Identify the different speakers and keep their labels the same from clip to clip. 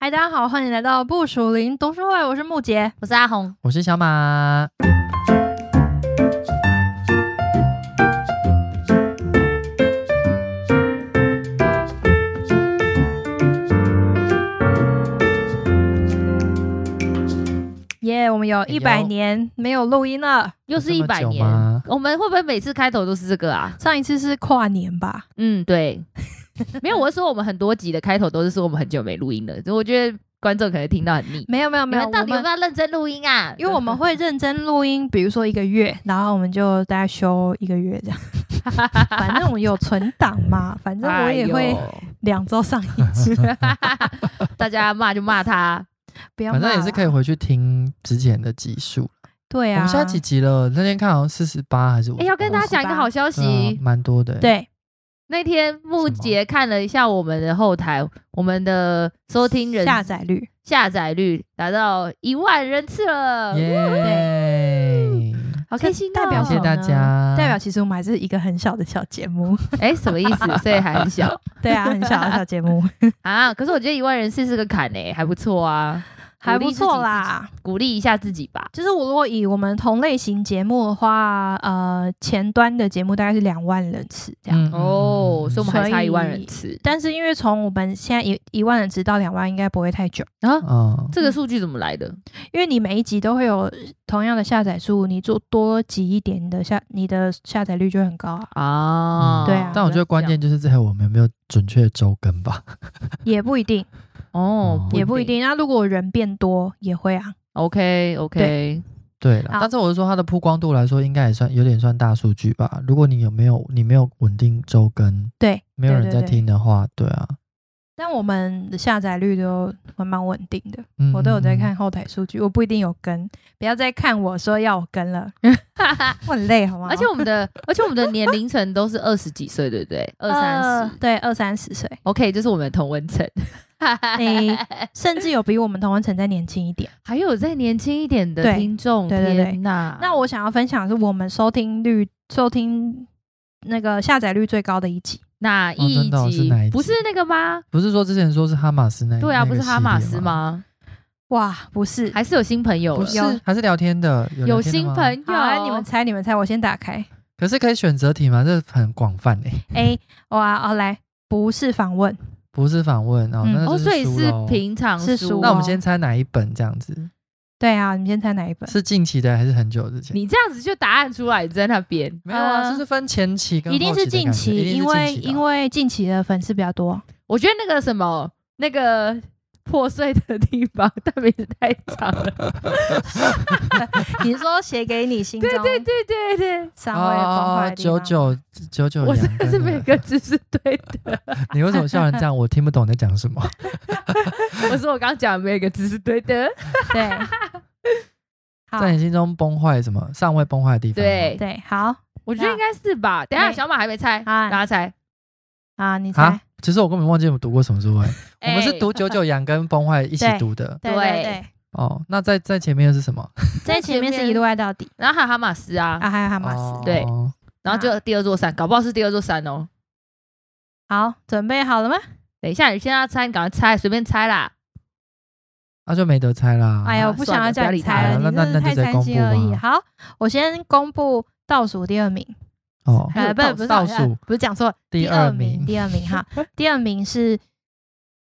Speaker 1: 嗨，大家好，欢迎来到不属灵读书会，我是木杰。
Speaker 2: 我是阿红，
Speaker 3: 我是小马。
Speaker 1: 耶、我们有
Speaker 3: 哎呦
Speaker 1: 一百年没有录音了，
Speaker 2: 又是一百
Speaker 3: 有这么久
Speaker 2: 年
Speaker 3: 吗，
Speaker 2: 我们会不会每次开头都是这个啊？
Speaker 1: 上一次是跨年吧？
Speaker 2: 嗯， 对，没有，我是说我们很多集的开头都是说我们很久没录音了，所以我觉得观众可能听到很腻。
Speaker 1: 没有没有
Speaker 2: 你
Speaker 1: 没有，
Speaker 2: 们到
Speaker 1: 我
Speaker 2: 底有
Speaker 1: 们
Speaker 2: 没有认真录音啊？
Speaker 1: 因为我们 会认真录音，比如说一个月，然后我们就大概休一个月这样。反正我 们有存档嘛，反正我也
Speaker 2: 哎
Speaker 1: 会
Speaker 2: 呦
Speaker 1: 两周上一 次，
Speaker 2: 大家骂就骂 他，
Speaker 1: 不要
Speaker 3: 反正也是可
Speaker 1: 以。
Speaker 3: 以回去听之前的集数。
Speaker 1: 对
Speaker 3: 我
Speaker 1: 啊，
Speaker 3: 们现在几集了？那天看好像四十八还是五？
Speaker 2: 哎、要跟大家嗯讲一个好消息。
Speaker 3: 对啊蛮多的。，
Speaker 1: 对
Speaker 2: 那天木杰看了一下我们的后台，我们的收听人
Speaker 1: 下载率，
Speaker 2: 下载率达到一万人次了，
Speaker 3: 耶！
Speaker 2: 好开心、哦！
Speaker 1: 代表
Speaker 3: 感
Speaker 1: 什
Speaker 3: 谢
Speaker 1: 么呢
Speaker 2: 嗯
Speaker 3: 大家。
Speaker 1: 嗯代表其实我们还是一个很小的小节目。
Speaker 2: 哎、什么意思？所以还很小。
Speaker 1: 对啊，很小的小节 目，
Speaker 2: 啊，可是我觉得一万人次是个坎诶、还不错啊，
Speaker 1: 还不错
Speaker 2: 鼓励自己，
Speaker 1: 啦。
Speaker 2: 鼓励一下自己吧。
Speaker 1: 就是我如果以我们同类型节目的话，呃，前端的节目大概是两万人次这样。
Speaker 3: 嗯
Speaker 2: 哦，所以我们还
Speaker 1: 所
Speaker 2: 差
Speaker 1: 以
Speaker 2: 一万人次。
Speaker 1: 但是因为从我们现在一一万人次到两万，应该不会太久，
Speaker 2: 啊，
Speaker 1: 哦
Speaker 3: 嗯，
Speaker 2: 这个数据怎么来的？
Speaker 1: 因为你每一集都会有同样的下载数，你做多集一点，你的下你的下载率就会很高 啊，
Speaker 2: 啊，
Speaker 3: 嗯
Speaker 1: 对啊
Speaker 3: 但我觉得关键就是在我们有没有准确的周更吧。
Speaker 1: 也不一定，
Speaker 2: 哦，
Speaker 1: 也不一。定。那如果人变多也会啊，
Speaker 2: OK OK，
Speaker 3: 对
Speaker 1: 好
Speaker 3: 啦，但是我是说它的曝光度来说，应该也算有点算大数据吧。如果你有没有你没有稳定周更，
Speaker 1: 对。
Speaker 3: 没有人
Speaker 1: 对
Speaker 3: 在
Speaker 1: 对对
Speaker 3: 听的话，对啊，
Speaker 1: 但我们的下载率都还蛮稳定的，
Speaker 3: 嗯
Speaker 1: 我都有在。
Speaker 3: 嗯
Speaker 1: 看后台数据，我不一定有跟，不要再看我说要我跟了，我很累好吗？
Speaker 2: 而且我们的，而且我们的年龄层都是二十几岁，对不对？二三十
Speaker 1: 呃。对，二三十岁，
Speaker 2: OK，这是我们的同温层。
Speaker 1: 你甚至有比我们同温层再年轻一 点。
Speaker 2: 还有再年轻一点的
Speaker 1: 对
Speaker 2: 听众，
Speaker 1: 对对对
Speaker 2: 天哪！
Speaker 1: 那我想要分享的是我们收听率、收听那个下载率最高的一集，
Speaker 2: 哪
Speaker 3: 哦
Speaker 2: 一
Speaker 3: 真的哦是
Speaker 2: 集
Speaker 3: 哪一集
Speaker 2: 不是那个吗？
Speaker 3: 不是说之前说是哈马斯那
Speaker 2: 对啊，
Speaker 3: 那
Speaker 2: 不
Speaker 3: 个
Speaker 2: 是哈马
Speaker 3: 系
Speaker 2: 斯
Speaker 3: 列？
Speaker 2: 吗？
Speaker 1: 哇，不是？
Speaker 2: 还是有新朋友
Speaker 3: 不
Speaker 2: 了？
Speaker 3: 是
Speaker 1: 有，哎
Speaker 3: 还是聊天的，有
Speaker 2: 有
Speaker 3: 聊天的
Speaker 2: 新
Speaker 3: 吗
Speaker 2: 朋友，
Speaker 1: 好、啊，你们猜，你们猜，我先打 开。
Speaker 3: 可是可以选择题吗？这很广泛诶、
Speaker 1: A，哇哦，来，不是访问，
Speaker 3: 不是访问哦，
Speaker 1: 嗯
Speaker 3: 那
Speaker 2: 哦，
Speaker 3: 就是
Speaker 2: 所以
Speaker 3: 书
Speaker 2: 是
Speaker 3: 咯
Speaker 2: 平常
Speaker 1: 是书
Speaker 3: 那我
Speaker 1: 哦
Speaker 3: 们先猜哪一本这样子？
Speaker 1: 对啊，你们先猜哪一本？
Speaker 3: 是近期的还是很久之前？
Speaker 2: 你这样子就答案出来，你在那边
Speaker 3: 没有啊，
Speaker 1: 呃
Speaker 3: 就是分前期跟
Speaker 1: 一定
Speaker 3: 后期
Speaker 1: 是
Speaker 3: 的
Speaker 1: 近
Speaker 3: 感觉
Speaker 1: 期，
Speaker 3: 一定
Speaker 1: 因
Speaker 3: 是
Speaker 1: 为
Speaker 3: 近期的哦
Speaker 1: 因为近期的粉丝比较多。
Speaker 2: 我觉得那个什么那个破碎的地方，它名字太长 了。
Speaker 1: 你说写给你心中对
Speaker 2: 对对对，
Speaker 1: 三位崩坏的地
Speaker 3: 哦九
Speaker 1: 方
Speaker 3: 九九九，
Speaker 2: 我真的是每个字是对的。
Speaker 3: 你为什么笑成这样？我听不懂你在讲什么。
Speaker 2: 我说我刚讲的每个字是对 的。
Speaker 1: 对，好
Speaker 3: 在你心中崩坏什么？尚未崩坏的地方。
Speaker 2: 对，
Speaker 1: 对好
Speaker 2: 我觉得应该是吧。等一下
Speaker 1: 对
Speaker 2: 小马还没猜，
Speaker 1: 啊
Speaker 2: 大家猜。
Speaker 1: 啊，你猜
Speaker 3: 啊，其实我根本忘记我们读过什么书哎、我们是
Speaker 2: 哎
Speaker 3: 读九九羊跟崩坏一起
Speaker 1: 对
Speaker 3: 读的
Speaker 1: 对
Speaker 2: 对
Speaker 1: 对对。
Speaker 3: 哦。那在在前面又是什么？
Speaker 1: 在前面是一路爱到底
Speaker 2: 然后还有哈马斯啊，
Speaker 1: 啊，还有哈马斯。
Speaker 3: 哦
Speaker 2: 对然后
Speaker 3: 啊
Speaker 2: 就第二座山，搞不好是第二座山哦。
Speaker 1: 好，准备好了吗？
Speaker 2: 等一下，你现在要猜，你赶快猜，随便猜啦。
Speaker 3: 那、就没得猜啦。
Speaker 1: 哎呀，我不
Speaker 2: 算
Speaker 1: 想
Speaker 2: 了
Speaker 1: 要
Speaker 2: 不
Speaker 1: 叫
Speaker 2: 要
Speaker 1: 你
Speaker 2: 理他
Speaker 1: 猜
Speaker 3: 啊了
Speaker 1: 了，
Speaker 3: 那
Speaker 1: 你真
Speaker 3: 那
Speaker 1: 的
Speaker 3: 那
Speaker 1: 太
Speaker 3: 就
Speaker 1: 贪
Speaker 3: 直接
Speaker 1: 心
Speaker 3: 公布
Speaker 1: 而已。
Speaker 3: 吧
Speaker 1: 好，我先公布倒数第二名，
Speaker 3: 哦，
Speaker 2: 还有
Speaker 1: 呃，不
Speaker 2: 倒
Speaker 1: 是
Speaker 2: 数
Speaker 1: 不是
Speaker 3: 倒数
Speaker 1: 不是讲错，
Speaker 3: 第
Speaker 1: 二
Speaker 3: 二名
Speaker 1: 第二名 哈，第二名是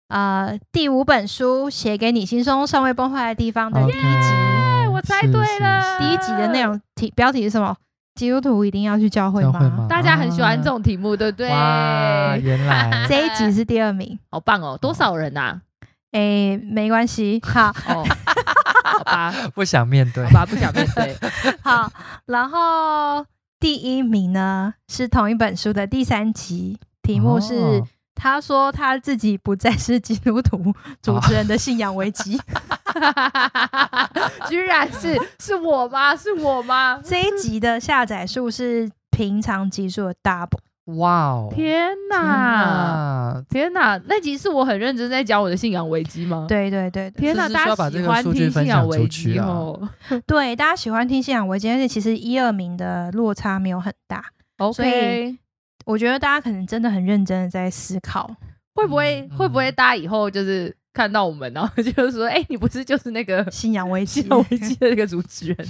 Speaker 1: 呃第五本书《写给你心中尚未崩坏的地方》的
Speaker 3: OK
Speaker 1: 第一集，
Speaker 2: 我猜对了
Speaker 1: 第一集的内容题标题是什么？基督徒一定要去教会
Speaker 3: 教会
Speaker 1: 吗
Speaker 3: 吗？啊
Speaker 2: 大家很喜欢这种题目，对不对？
Speaker 3: 哇，原 来
Speaker 1: 这一集是第二名，
Speaker 2: 好棒哦！多少人呐、
Speaker 1: 诶，没关系，好，
Speaker 2: 啊？哦，好吧，
Speaker 3: 不想面对
Speaker 2: 好。吧，不想面对。
Speaker 1: 好，然后第一名呢是同一本书的第三集，题目是、
Speaker 3: 哦
Speaker 1: 他说他自己不再是基督 徒，主持
Speaker 2: 哦
Speaker 1: 人的信仰危机。
Speaker 2: 居然是是我吗？是我吗？
Speaker 1: 这一集的下载数是平常集数的 double。
Speaker 3: 哇哦，
Speaker 2: 天啊哪！
Speaker 3: 哪！
Speaker 2: 天哪！那集是我很认真在讲我的信仰危机吗？。
Speaker 1: 对对对对
Speaker 2: 天哪！
Speaker 3: 是不是需
Speaker 2: 大
Speaker 3: 要
Speaker 2: 家
Speaker 3: 把这
Speaker 2: 喜
Speaker 3: 个
Speaker 2: 欢
Speaker 3: 数据
Speaker 2: 听信
Speaker 3: 分享
Speaker 2: 仰危
Speaker 3: 出去
Speaker 2: 机
Speaker 3: 啊
Speaker 2: 哦。
Speaker 1: 对，大家喜欢听信仰危机，而且其实一二名的落差没有很大。所
Speaker 2: OK，
Speaker 1: 以 我觉得大家可能真的很认真的在思考，
Speaker 2: 会不会
Speaker 3: 嗯
Speaker 2: 会不会大家以后就是看到我们，然后就说：“哎、你不是就是那个
Speaker 1: 信仰危机
Speaker 2: 信。仰 危机的哦那个主持人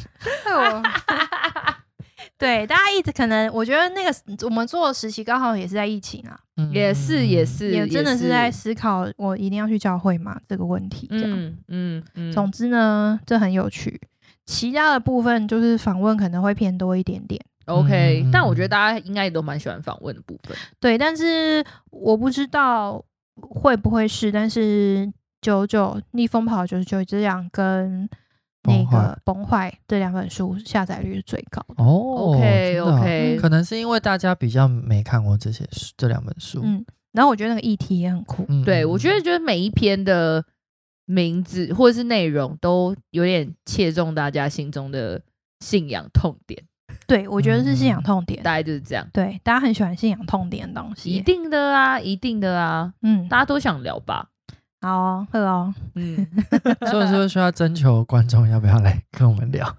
Speaker 1: 对，大家一直可能，我觉得那个我们做的实习刚好也是在疫情啊，
Speaker 3: 嗯？”
Speaker 2: 也是，也，是，
Speaker 1: 也真的
Speaker 2: 是
Speaker 1: 是在思考我一定要去教会吗这个问题。这样，
Speaker 2: 嗯嗯嗯，
Speaker 1: 总之呢，这很有趣。其他的部分就是访问可能会偏多一点点，
Speaker 2: OK、
Speaker 3: 嗯
Speaker 2: 但我觉得大家应该也都蛮喜欢访问的部分。
Speaker 1: 对，但是我不知道会不会是，但是九九逆风跑九十九这样跟那
Speaker 3: 崩坏
Speaker 1: 个崩坏这两本书下载率是最高的，
Speaker 3: 嗯哦
Speaker 2: OK
Speaker 3: 真的啊
Speaker 2: OK，
Speaker 3: 可能是因为大家比较没看过这些书，这两本书。
Speaker 1: 嗯，然后我觉得那个议题也很酷，
Speaker 3: 嗯
Speaker 2: 对我觉得，就是每一篇的名字或者是内容都有点切中大家心中的信仰痛点，
Speaker 1: 对我觉得是信仰
Speaker 3: 嗯
Speaker 1: 痛点，
Speaker 2: 大概就是这样。
Speaker 1: 对，大家很喜欢信仰痛点的东
Speaker 2: 一
Speaker 1: 西，
Speaker 2: 定的啊，一定的啊，
Speaker 1: 嗯，
Speaker 2: 大家都想聊吧。
Speaker 1: 好哦，呵哦，
Speaker 2: 嗯，
Speaker 3: 所以说需要征求观众要不要来跟我们聊。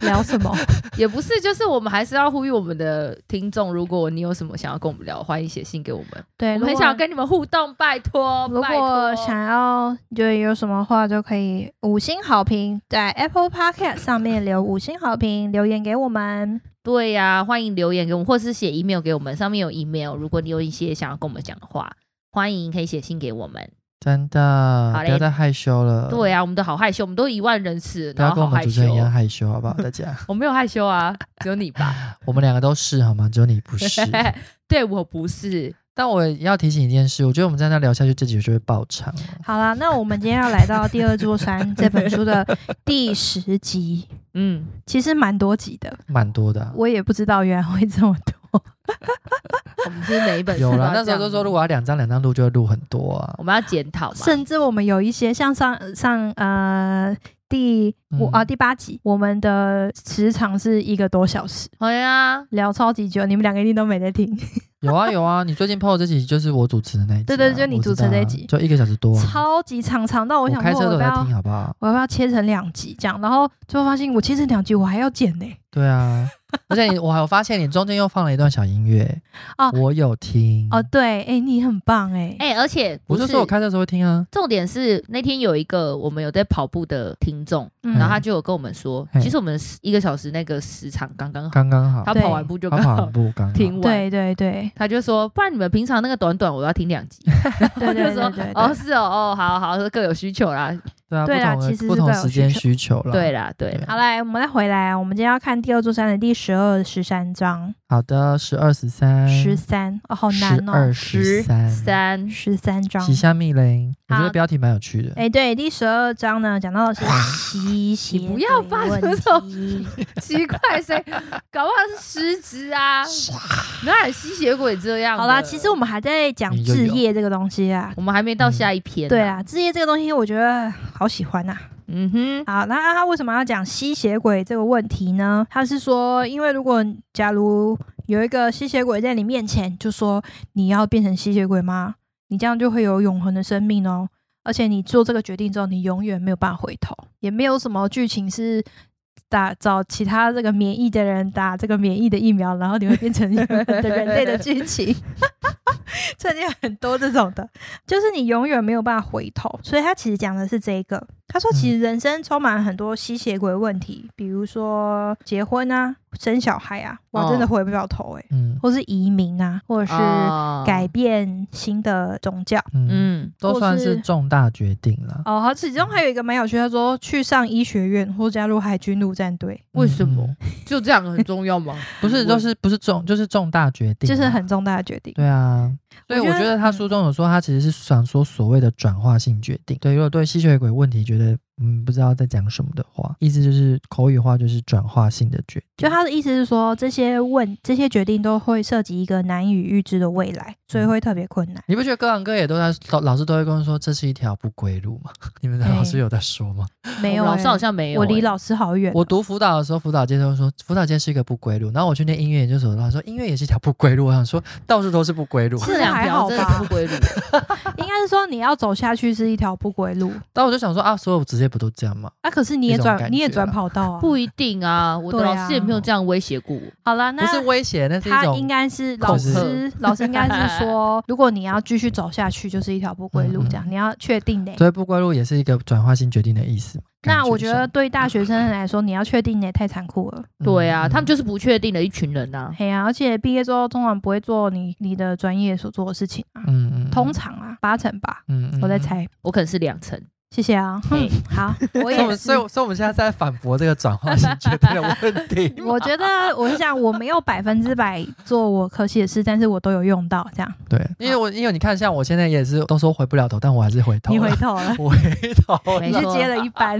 Speaker 1: 聊什 么？
Speaker 2: 也不是，就是我们还是要呼吁我们的听众，如果你有什么想要跟我们聊，欢迎写信给我们，
Speaker 3: 哎
Speaker 1: 对，如
Speaker 2: 我们很
Speaker 1: 果
Speaker 2: 想要跟你们互动，拜
Speaker 3: 哦
Speaker 2: 托。
Speaker 1: 如
Speaker 2: 拜托
Speaker 1: 果想要就有什么话，就可以五星好评，在 Apple Podcast 上面留五星好评，留言给我们。
Speaker 2: 对呀、欢迎留言给我们，或是写 email 给我们，上面有 email。如果你有一些想要跟我们讲的话，欢迎可以写信给我们。
Speaker 3: 真的，
Speaker 2: 好嘞
Speaker 3: 不要再害羞了。
Speaker 2: 对啊呀、我们都好害羞，我们都一万人次，
Speaker 3: 不
Speaker 2: 然
Speaker 3: 要
Speaker 2: 后
Speaker 3: 跟
Speaker 2: 好
Speaker 3: 我们
Speaker 2: 害
Speaker 3: 主持
Speaker 2: 羞
Speaker 3: 人一。样害 羞，好不好？大家，
Speaker 2: 我没有害羞啊，只有你吧？
Speaker 3: 我们两个都是好吗？只有你不 是。
Speaker 2: 对我不是，
Speaker 3: 但我也要提醒一件事，我觉得我们在那聊下去，这集就会爆场了。
Speaker 1: 好啦，那我们今天要来到《第二座山》这本书的第十集，
Speaker 2: 嗯，
Speaker 1: 其实蛮多集的，
Speaker 3: 蛮多的啊、
Speaker 1: 我也不知道原来会这么多。
Speaker 2: 我们是每一本书
Speaker 3: 有
Speaker 2: 都
Speaker 3: 啦，
Speaker 2: 要
Speaker 3: 那时候
Speaker 2: 这样
Speaker 3: 就说，如果要两张两张录，就会录很多啊
Speaker 2: 我。们要检讨嘛，
Speaker 1: 甚至我们有一些像上上呃第五、
Speaker 3: 嗯
Speaker 1: 啊第八集，我们的时长是一个多小时，
Speaker 2: 哎呀，
Speaker 1: 聊超级久，你们两个一定都没在听，
Speaker 3: 有啊有啊，你最近 PO 的这集就是我主持的那一集啊、
Speaker 1: 对对就你
Speaker 3: 我知
Speaker 1: 主持的那一
Speaker 3: 道啊
Speaker 1: 集
Speaker 3: 就一个小时多、啊。
Speaker 1: 超级长长到我想
Speaker 3: 开
Speaker 1: 说
Speaker 3: 车
Speaker 1: 我
Speaker 3: 都
Speaker 1: 要不
Speaker 3: 有在
Speaker 1: 要
Speaker 3: 听，啊好不好？
Speaker 1: 我要不要切成两集这样？然后最后发现我切成两集，我还要剪呢、
Speaker 3: 对啊， 而且你我还有发现你中间又放了一段小音乐
Speaker 1: 哦
Speaker 3: 我有听
Speaker 1: 哦，对，哎、你很棒哎、
Speaker 2: 哎、而且不
Speaker 3: 我
Speaker 2: 是
Speaker 3: 就说我开车的时候会听啊。
Speaker 2: 重点是那天有一个我们有在跑步的听众，
Speaker 1: 嗯
Speaker 2: 然后他就有跟我们说，
Speaker 3: 嘿
Speaker 2: 其实我们一个小时那个时长刚刚好，
Speaker 3: 刚刚好，
Speaker 2: 他
Speaker 1: 对
Speaker 2: 跑完步就
Speaker 3: 他
Speaker 2: 刚
Speaker 3: 跑
Speaker 2: 好
Speaker 3: 完步刚好，
Speaker 2: 听完。
Speaker 1: 对对对
Speaker 2: 他就说，不然你们平常那个短短我要听两 集。
Speaker 1: 对对
Speaker 2: 就
Speaker 1: 对
Speaker 2: 说
Speaker 1: 对对，
Speaker 2: 哦，是哦，哦，好好，各有需求啦。
Speaker 3: 对啊，
Speaker 1: 对啦
Speaker 3: 不同
Speaker 1: 其实是
Speaker 3: 的不同
Speaker 1: 各有
Speaker 3: 时间
Speaker 1: 需求
Speaker 3: 需求了。
Speaker 2: 对啦，对啦，
Speaker 1: 好来，我们再回来啊，我们今天要看《第二座山》的第十二、十三章，
Speaker 3: 好的，十二十三，
Speaker 1: 十三哦，好难
Speaker 3: 二
Speaker 1: 哦，
Speaker 3: 十三，
Speaker 2: 三
Speaker 1: 十三章。
Speaker 3: 喜下密嘞，我觉
Speaker 1: 好
Speaker 3: 得标题蛮有趣的。
Speaker 1: 哎，对，第十二章呢，讲到的是吸血
Speaker 2: 你不要
Speaker 1: 鬼
Speaker 2: 发出
Speaker 1: 问
Speaker 2: 这种
Speaker 1: 题
Speaker 2: 奇怪谁？搞不好是失职 啊，哪有吸血鬼这样的？
Speaker 1: 好啦，其实我们还在讲
Speaker 3: 你就
Speaker 1: 置
Speaker 3: 有
Speaker 1: 业这个东西啊。
Speaker 2: 我们还没到下一篇。
Speaker 1: 对，啊，置业这个东西，我觉得好喜欢呐、啊
Speaker 2: 嗯哼，
Speaker 1: 好，那啊他为什么要讲吸血鬼这个问题呢？他是说，因为如果假如有一个吸血鬼在你面前，就说你要变成吸血鬼吗？你这样就会有永恒的生命哦。而且你做这个决定之后，你永远没有办法回头，也没有什么剧情是打找其他这个免疫的人打这个免疫的疫苗，然后你会变成原本的 人类的剧情。 最近很多这种的，就是你永远没有办法回头。所以他其实讲的是这一个。他说，其实人生充满很多吸血鬼问题，比如说结婚啊、生小孩啊，哇，
Speaker 2: 哦
Speaker 1: 真的回不了头哎、
Speaker 3: 嗯
Speaker 1: 或是移民啊，或者是
Speaker 2: 哦
Speaker 1: 改，变新的宗教。
Speaker 3: 嗯，
Speaker 2: 嗯，
Speaker 3: 都算
Speaker 1: 或
Speaker 3: 是
Speaker 1: 是
Speaker 3: 重大决定了。
Speaker 1: 哦，好，其中还有一个蛮有趣，他说去上医学院或加入海军陆战队，
Speaker 2: 为什么
Speaker 3: 嗯？嗯
Speaker 2: 就这样很重要吗？
Speaker 3: 不是，就是不是重，就是重大决定啊，
Speaker 1: 就是很重大的决定。
Speaker 3: 对啊。所以
Speaker 1: 我觉
Speaker 3: 我
Speaker 1: 得
Speaker 3: 觉得他书中有说，他其实是想说所谓的转化性决定。对，如果对吸血鬼问题觉得嗯不知道在讲什么的话，意思就是口语化就是转化性的决定。
Speaker 1: 就他的意思是说，这些问这些决定都会涉及一个难以预知的未来，所以会特别困难。
Speaker 3: 你不觉得各行各业都在老老师都会跟我说这是一条不归路吗？你们的
Speaker 1: 哎
Speaker 3: 老师有在说吗？
Speaker 1: 没有、
Speaker 2: 老师好
Speaker 1: 欸，
Speaker 2: 像没有、
Speaker 1: 我离
Speaker 2: 欸
Speaker 1: 老师好远哦。
Speaker 3: 我读辅导的时候，辅导界都说辅导界是一个不归路。然后我去念音乐研究所，他说音乐也是一条不归路。我想说到处都是不归路，
Speaker 1: 是
Speaker 2: 这两
Speaker 1: 还好
Speaker 2: 条真的
Speaker 1: 吧
Speaker 2: 是不啊归路。
Speaker 1: 应该是说你要走下去是一条不归路
Speaker 3: 但我就想说啊，所有职业不都这样吗？
Speaker 1: 啊，可是你也
Speaker 3: 一种
Speaker 1: 转
Speaker 3: 感
Speaker 1: 你也
Speaker 3: 觉
Speaker 1: 转
Speaker 3: 啦
Speaker 1: 跑道啊。
Speaker 2: 不一定啊，我的
Speaker 1: 对
Speaker 2: 老
Speaker 1: 啊
Speaker 2: 师也没有这样威胁过我。
Speaker 1: 好了，那
Speaker 3: 不是威胁，那是一
Speaker 1: 他
Speaker 3: 种
Speaker 1: 应该是
Speaker 3: 恐
Speaker 1: 老
Speaker 3: 吓
Speaker 1: 师，老师应该是说，如果你要继续走下去，就是一条不
Speaker 3: 嗯
Speaker 1: 归路，这样你要确定呢、
Speaker 3: 所以不归路也是一个转化性决定的意思。
Speaker 1: 那我
Speaker 3: 感
Speaker 1: 觉
Speaker 3: 上
Speaker 1: 得，对大学生来说，你要确定呢、太残酷了。
Speaker 3: 嗯
Speaker 2: 对啊，他们
Speaker 3: 嗯
Speaker 2: 就是不确定的一群人啊呐、
Speaker 1: 嘿呀、而且毕业之后通常不会做你你的专业所做的事情啊，
Speaker 3: 嗯嗯，
Speaker 1: 通常啊八成吧，
Speaker 3: 嗯，嗯
Speaker 1: 我在。猜。
Speaker 2: 我可能是两层，
Speaker 1: 谢谢啊，哼， 好，我
Speaker 3: 嗯所以我
Speaker 1: 也
Speaker 3: 们，
Speaker 1: 是。
Speaker 3: 所以，。所以我们现在在反驳这个转化性决定的问题
Speaker 1: 我觉得我是想，我没有百分之百做我科系的事，但是我都有用到，这样
Speaker 3: 对，因为我因为你看，像我现在也是都说回不了头，但我还是回头
Speaker 1: 你
Speaker 3: 了，，
Speaker 1: 回头了
Speaker 3: 我回头
Speaker 2: 没
Speaker 1: 你去
Speaker 2: 错
Speaker 1: 接了一 班，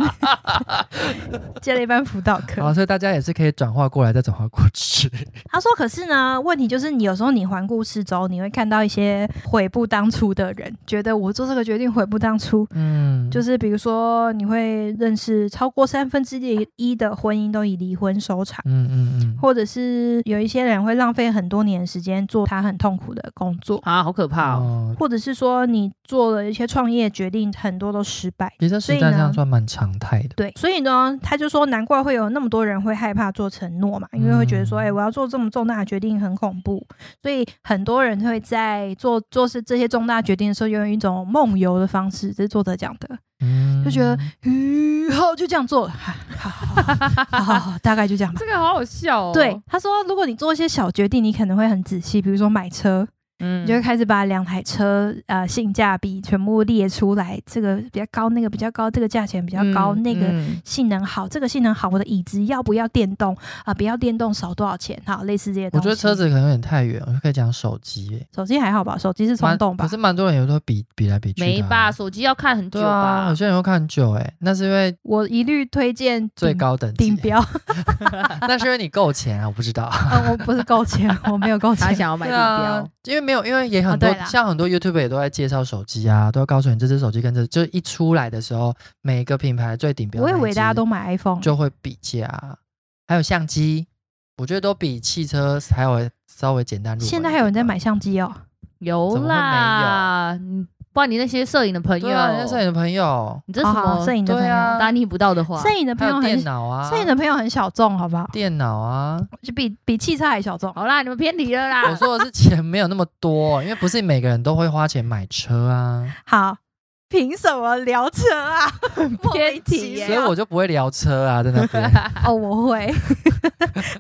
Speaker 1: 接了一班辅导课
Speaker 3: 好，。所以大家也是可以转化过来，再转化过去。
Speaker 1: 他说：“可是呢，问题就是你有时候你环顾四周，你会看到一些悔不当初的人，觉得我做这个决定悔不当初。
Speaker 3: 嗯，
Speaker 1: 就是比如说，你会认识超过三分之一的婚姻都以离婚收场，
Speaker 3: 嗯嗯嗯，
Speaker 1: 或者是有一些人会浪费很多年的时间做他很痛苦的工作，
Speaker 2: 啊，好可怕哦！
Speaker 3: 哦，
Speaker 1: 或者是说你做了一些创业决定，很多都失败。”
Speaker 3: 其实实
Speaker 1: 所以
Speaker 3: 战
Speaker 1: 呢
Speaker 3: 上算蛮常态的。
Speaker 1: 对，所以呢，他就说，难怪会有那么多人会害怕做承诺嘛，因为会觉得说，
Speaker 3: 嗯
Speaker 1: 哎、我要做这么重大的决定很恐怖，所以很多人会在做做是这些重大决定的时候，用一种梦游的方式，这是作者讲的，
Speaker 3: 嗯，
Speaker 1: 就觉得嗯，好，就这样 做了，哈好好好好好，大概就这样吧。
Speaker 2: 这个好好笑哦
Speaker 1: 对，，他说，如果你做一些小决定，你可能会很仔细，比如说买车，
Speaker 2: 嗯
Speaker 1: 你就会开始把两台车呃性价比全部列出来，这个比较高，那个比较高，这个价钱比较高，那个
Speaker 2: 嗯
Speaker 1: 性能好，这个性能好，我的椅子要不要电动啊、不要电动少多少钱？好，类似这些
Speaker 3: 我
Speaker 1: 东西。
Speaker 3: 觉得车子可能有点太远，我就可以讲手机耶。
Speaker 1: 手机还好吧？手机是冲
Speaker 3: 蛮
Speaker 1: 动吧
Speaker 3: 可是？蛮多人也都比比来比去的啊。
Speaker 2: 没吧？手机要看很久
Speaker 3: 对啊，
Speaker 2: 吧
Speaker 3: 有？些人会看很久哎，那是因为
Speaker 1: 我一律推荐
Speaker 3: 最
Speaker 1: 顶
Speaker 3: 高等级
Speaker 1: 顶，标。
Speaker 3: 那是因为你够钱啊，我不知道。
Speaker 1: 呃，我不是够钱， 我没有够
Speaker 2: 他
Speaker 1: 钱。
Speaker 2: 想要买
Speaker 3: 对
Speaker 2: 地标
Speaker 3: 啊，，因为没有，因为也很多
Speaker 1: 哦对啦，
Speaker 3: 像很多 YouTube 也都在介绍手机啊，都要告诉你这只手机跟这，就是一出来的时候，每个品牌最顶标
Speaker 1: 我
Speaker 3: 那一
Speaker 1: 以
Speaker 3: 只，
Speaker 1: 为大家都买 iPhone，
Speaker 3: 就会比价，还有相机，我觉得都比汽车还有稍微简单入门一点吧。
Speaker 1: 现在还有人在买相机哦。
Speaker 2: 有
Speaker 3: 怎么会没有
Speaker 2: 啦，嗯不然你那些摄影的朋友，
Speaker 3: 对啊，那是你的朋友，
Speaker 2: 你这什
Speaker 1: 好
Speaker 2: 么
Speaker 1: 哦好摄影的朋
Speaker 3: 对
Speaker 1: 友，
Speaker 3: 啊
Speaker 2: 拿捏不到的话，
Speaker 1: 摄影的朋
Speaker 3: 还
Speaker 1: 友
Speaker 3: 有
Speaker 1: 很
Speaker 3: 电，脑啊，
Speaker 1: 摄影的朋友很小众，好不好？
Speaker 3: 电脑啊。
Speaker 1: 就比比汽车还小众。
Speaker 2: 好啦，你们偏题了
Speaker 1: 啊
Speaker 3: 我
Speaker 2: 啦。
Speaker 3: 说的是钱没有那么多，因为不是每个人都会花钱买 车啊，
Speaker 1: 好，凭什么聊车啊？莫名其
Speaker 2: 偏题
Speaker 1: 妙
Speaker 3: 所以我就不会聊车啊，在那 边。
Speaker 1: 哦，我会。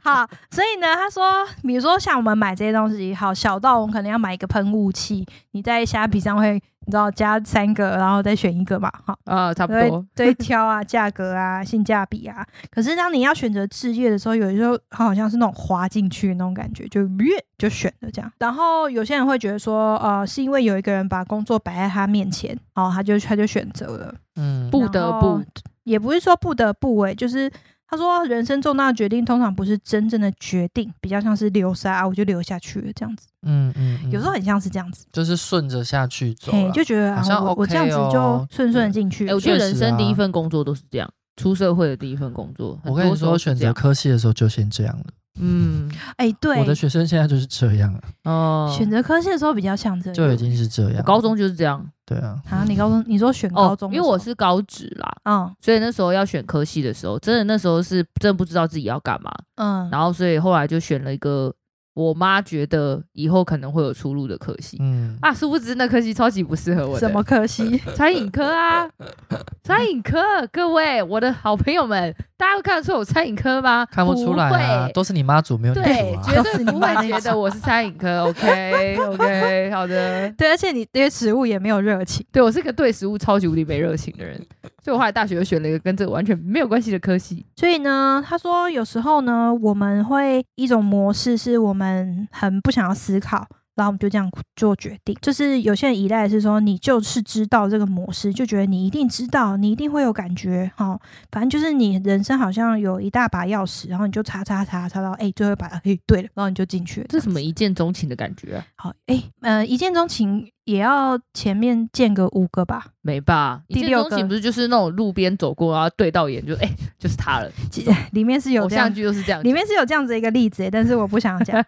Speaker 1: 好，所以呢，他说，比如说像我们买这些东西，好，小到我们可能要买一个喷雾器，你在虾皮上会，你知道加三个，然后再选一个嘛，好，
Speaker 2: 啊，差不
Speaker 1: 对
Speaker 2: 多。
Speaker 1: 对，挑啊，价格啊，性价比啊。可是当你要选择置业的时候，有时候好像是那种滑进去的那种感觉，就越就选了这样。然后有些人会觉得说，呃，是因为有一个人把工作摆在他面前，哦，他就他就选择了。
Speaker 3: 嗯，
Speaker 2: 不得
Speaker 1: 然
Speaker 2: 不
Speaker 1: 后，也不是说不得不哎、就是他说人生重大的决定通常不是真正的决定，比较像是流沙，啊我就流下去了这样子，
Speaker 3: 嗯嗯，嗯
Speaker 1: 有时候很像是这样子，
Speaker 3: 就是顺着下去走啦，
Speaker 1: 嘿，就觉得啊
Speaker 3: 好像
Speaker 1: 我我
Speaker 3: OK
Speaker 1: 这样子就
Speaker 3: 哦
Speaker 1: 顺顺的进去
Speaker 2: 哎、
Speaker 1: 了。
Speaker 2: 我觉得
Speaker 3: 确
Speaker 2: 人
Speaker 3: 实
Speaker 2: 生
Speaker 3: 啊
Speaker 2: 第一份工作都是这样，出社会的第一份工作，
Speaker 3: 我跟你说，选择
Speaker 2: 样。
Speaker 3: 科系的时候就先这样了。
Speaker 2: 嗯，
Speaker 1: 哎、对
Speaker 3: 我，的学生现在就是这样了，
Speaker 2: 哦，
Speaker 1: 选择科系的时候比较像这样，
Speaker 3: 就已经是这样
Speaker 2: 我
Speaker 3: 了。
Speaker 2: 高中就是这样
Speaker 3: 对啊，
Speaker 1: 啊，你高中你说选
Speaker 2: 哦
Speaker 1: 高中、
Speaker 2: 因为我。是高职啦，
Speaker 1: 嗯
Speaker 2: 所以那时候要选科系的时候，真的那时候是真的不知道自己要干嘛，
Speaker 1: 嗯，
Speaker 2: 然后所以后来就选了一个我妈觉得以后可能会有出路的科系。
Speaker 3: 嗯，
Speaker 2: 啊，殊不知那科系超级不适合我的，
Speaker 1: 什么科系？
Speaker 2: 餐饮科啊， 餐饮科，各位我的好朋友们，大家会看得出我餐饮科吗？
Speaker 3: 看不出来啊，
Speaker 2: 不会
Speaker 3: 都是你妈煮，没有你
Speaker 2: 对
Speaker 3: 煮，啊。
Speaker 2: 绝对不会觉
Speaker 3: 啊
Speaker 2: 得我是餐饮科。OK OK，好的。
Speaker 1: 对，而且你对食物也没有热情，
Speaker 2: 对我是个对食物超级无敌没热情的人，所以我后来大学就选了一个跟这个完全没有关系的科系。
Speaker 1: 所以呢，他说有时候呢，我们会一种模式是我们很不想要思考，然后我们就这样做决定。就是有些人依赖的是说，你就是知道这个模式，就觉得你一定知道，你一定会有感觉，哈、反正就是你人生好像有一大把钥匙，然后你就插插插插到，哎、最后一把，哎、对了，然后你就进去了。
Speaker 2: 这什么一见钟情的感觉、啊？
Speaker 1: 好，哎、呃，一见钟情也要前面见个五个吧？
Speaker 2: 没吧？
Speaker 1: 第
Speaker 2: 一见
Speaker 1: 六
Speaker 2: 钟情
Speaker 1: 个
Speaker 2: 不是就是那种路边走过，然后对到眼就 哎、就是他了。
Speaker 1: 其里面是有
Speaker 2: 偶
Speaker 1: 这样
Speaker 2: 像剧就是这样
Speaker 1: 里面是有这样子一个例子耶，但是我不想讲。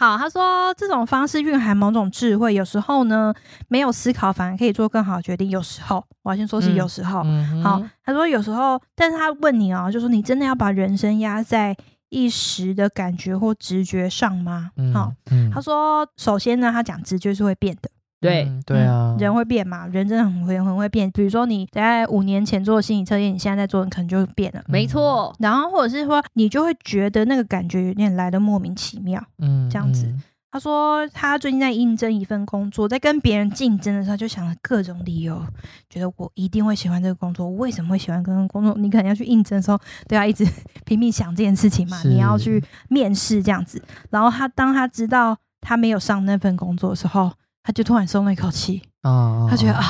Speaker 1: 好，他说这种方式蕴含某种智慧，有时候呢没有思考反而可以做更好的决定。有时候，我要先说是
Speaker 2: 嗯
Speaker 1: 有时候。
Speaker 3: 嗯
Speaker 1: 好，他说有时候，但是他问你哦，就说你真的要把人生压在一时的感觉或直觉上吗？好、，
Speaker 3: 嗯
Speaker 1: 他说首先呢，他讲直觉是会变的。
Speaker 2: 对，
Speaker 3: 嗯对啊，
Speaker 1: 人会变嘛，人真的很会很会变。比如说你在五年前做的心理测验，你现在在做，你可能就变
Speaker 3: 嗯
Speaker 1: 了。
Speaker 2: 没错。
Speaker 1: 然后或者是说，你就会觉得那个感觉有点来的莫名其妙。
Speaker 3: 嗯，嗯
Speaker 1: 这样子，他说他最近在应征一份工作，在跟别人竞争的时候，他就想了各种理由，觉得我一定会喜欢这个工作。我为什么会喜欢这个工作？你可能要去应征的时候，都要一直 拼命想这件事情嘛，
Speaker 3: 是
Speaker 1: 你要去面试这样子。然后他当他知道他没有上那份工作的时候，他就突然松了一口气，
Speaker 3: 啊，
Speaker 1: 他觉得啊。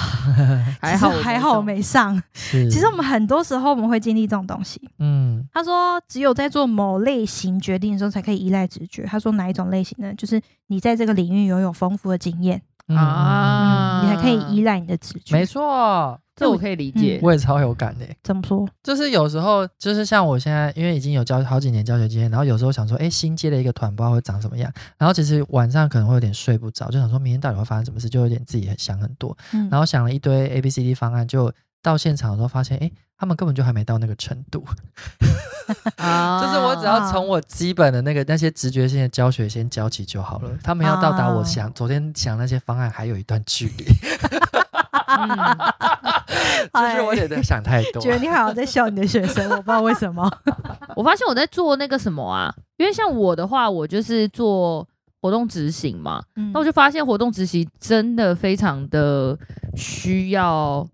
Speaker 2: 还
Speaker 1: 其实
Speaker 2: 好我
Speaker 1: 还好我
Speaker 2: 中
Speaker 1: 没上。
Speaker 3: 其
Speaker 1: 其实我们很多时候我们会经历这种东西。
Speaker 3: 嗯
Speaker 1: 他说，只有在做某类型决定的时候，才可以依赖直觉。他说哪一种类型呢？就是你在这个领域拥有丰富的经验，
Speaker 3: 嗯
Speaker 2: 啊
Speaker 3: 嗯嗯
Speaker 1: 你才可以依赖你的直
Speaker 3: 没
Speaker 1: 觉。
Speaker 3: 错，
Speaker 2: 这我可以理解
Speaker 1: 嗯。
Speaker 3: 我也超有感的欸。
Speaker 1: 怎么说？
Speaker 3: 就是有时候，就是像我现在，因为已经有教好几年教学经验，然后有时候想说，哎，新接了一个团，不知道会长什么样。然后其实晚上可能会有点睡不着，就想说明天到底会发生什么事，就有点自己很想很多。
Speaker 1: 嗯，
Speaker 3: 然后想了一堆 A、B、C、D 方案，就到现场的时候发现，哎，他们根本就还没到那个程度。
Speaker 2: 啊
Speaker 3: 就是我 只要从我基本的那个那些直觉性的教学先教起就好了，他们要到达我想、昨天想那些方案还有一段距离，
Speaker 2: 嗯
Speaker 3: 就是我
Speaker 1: 哎
Speaker 3: 有点想太 多啊
Speaker 1: 觉。得你好像在笑你的学生，我不知道为什么。
Speaker 2: 我发现我在做那个什么啊，因为像我的话，我就是做活动执行嘛，
Speaker 1: 嗯
Speaker 2: 那我就发现活动执行真的非常的需要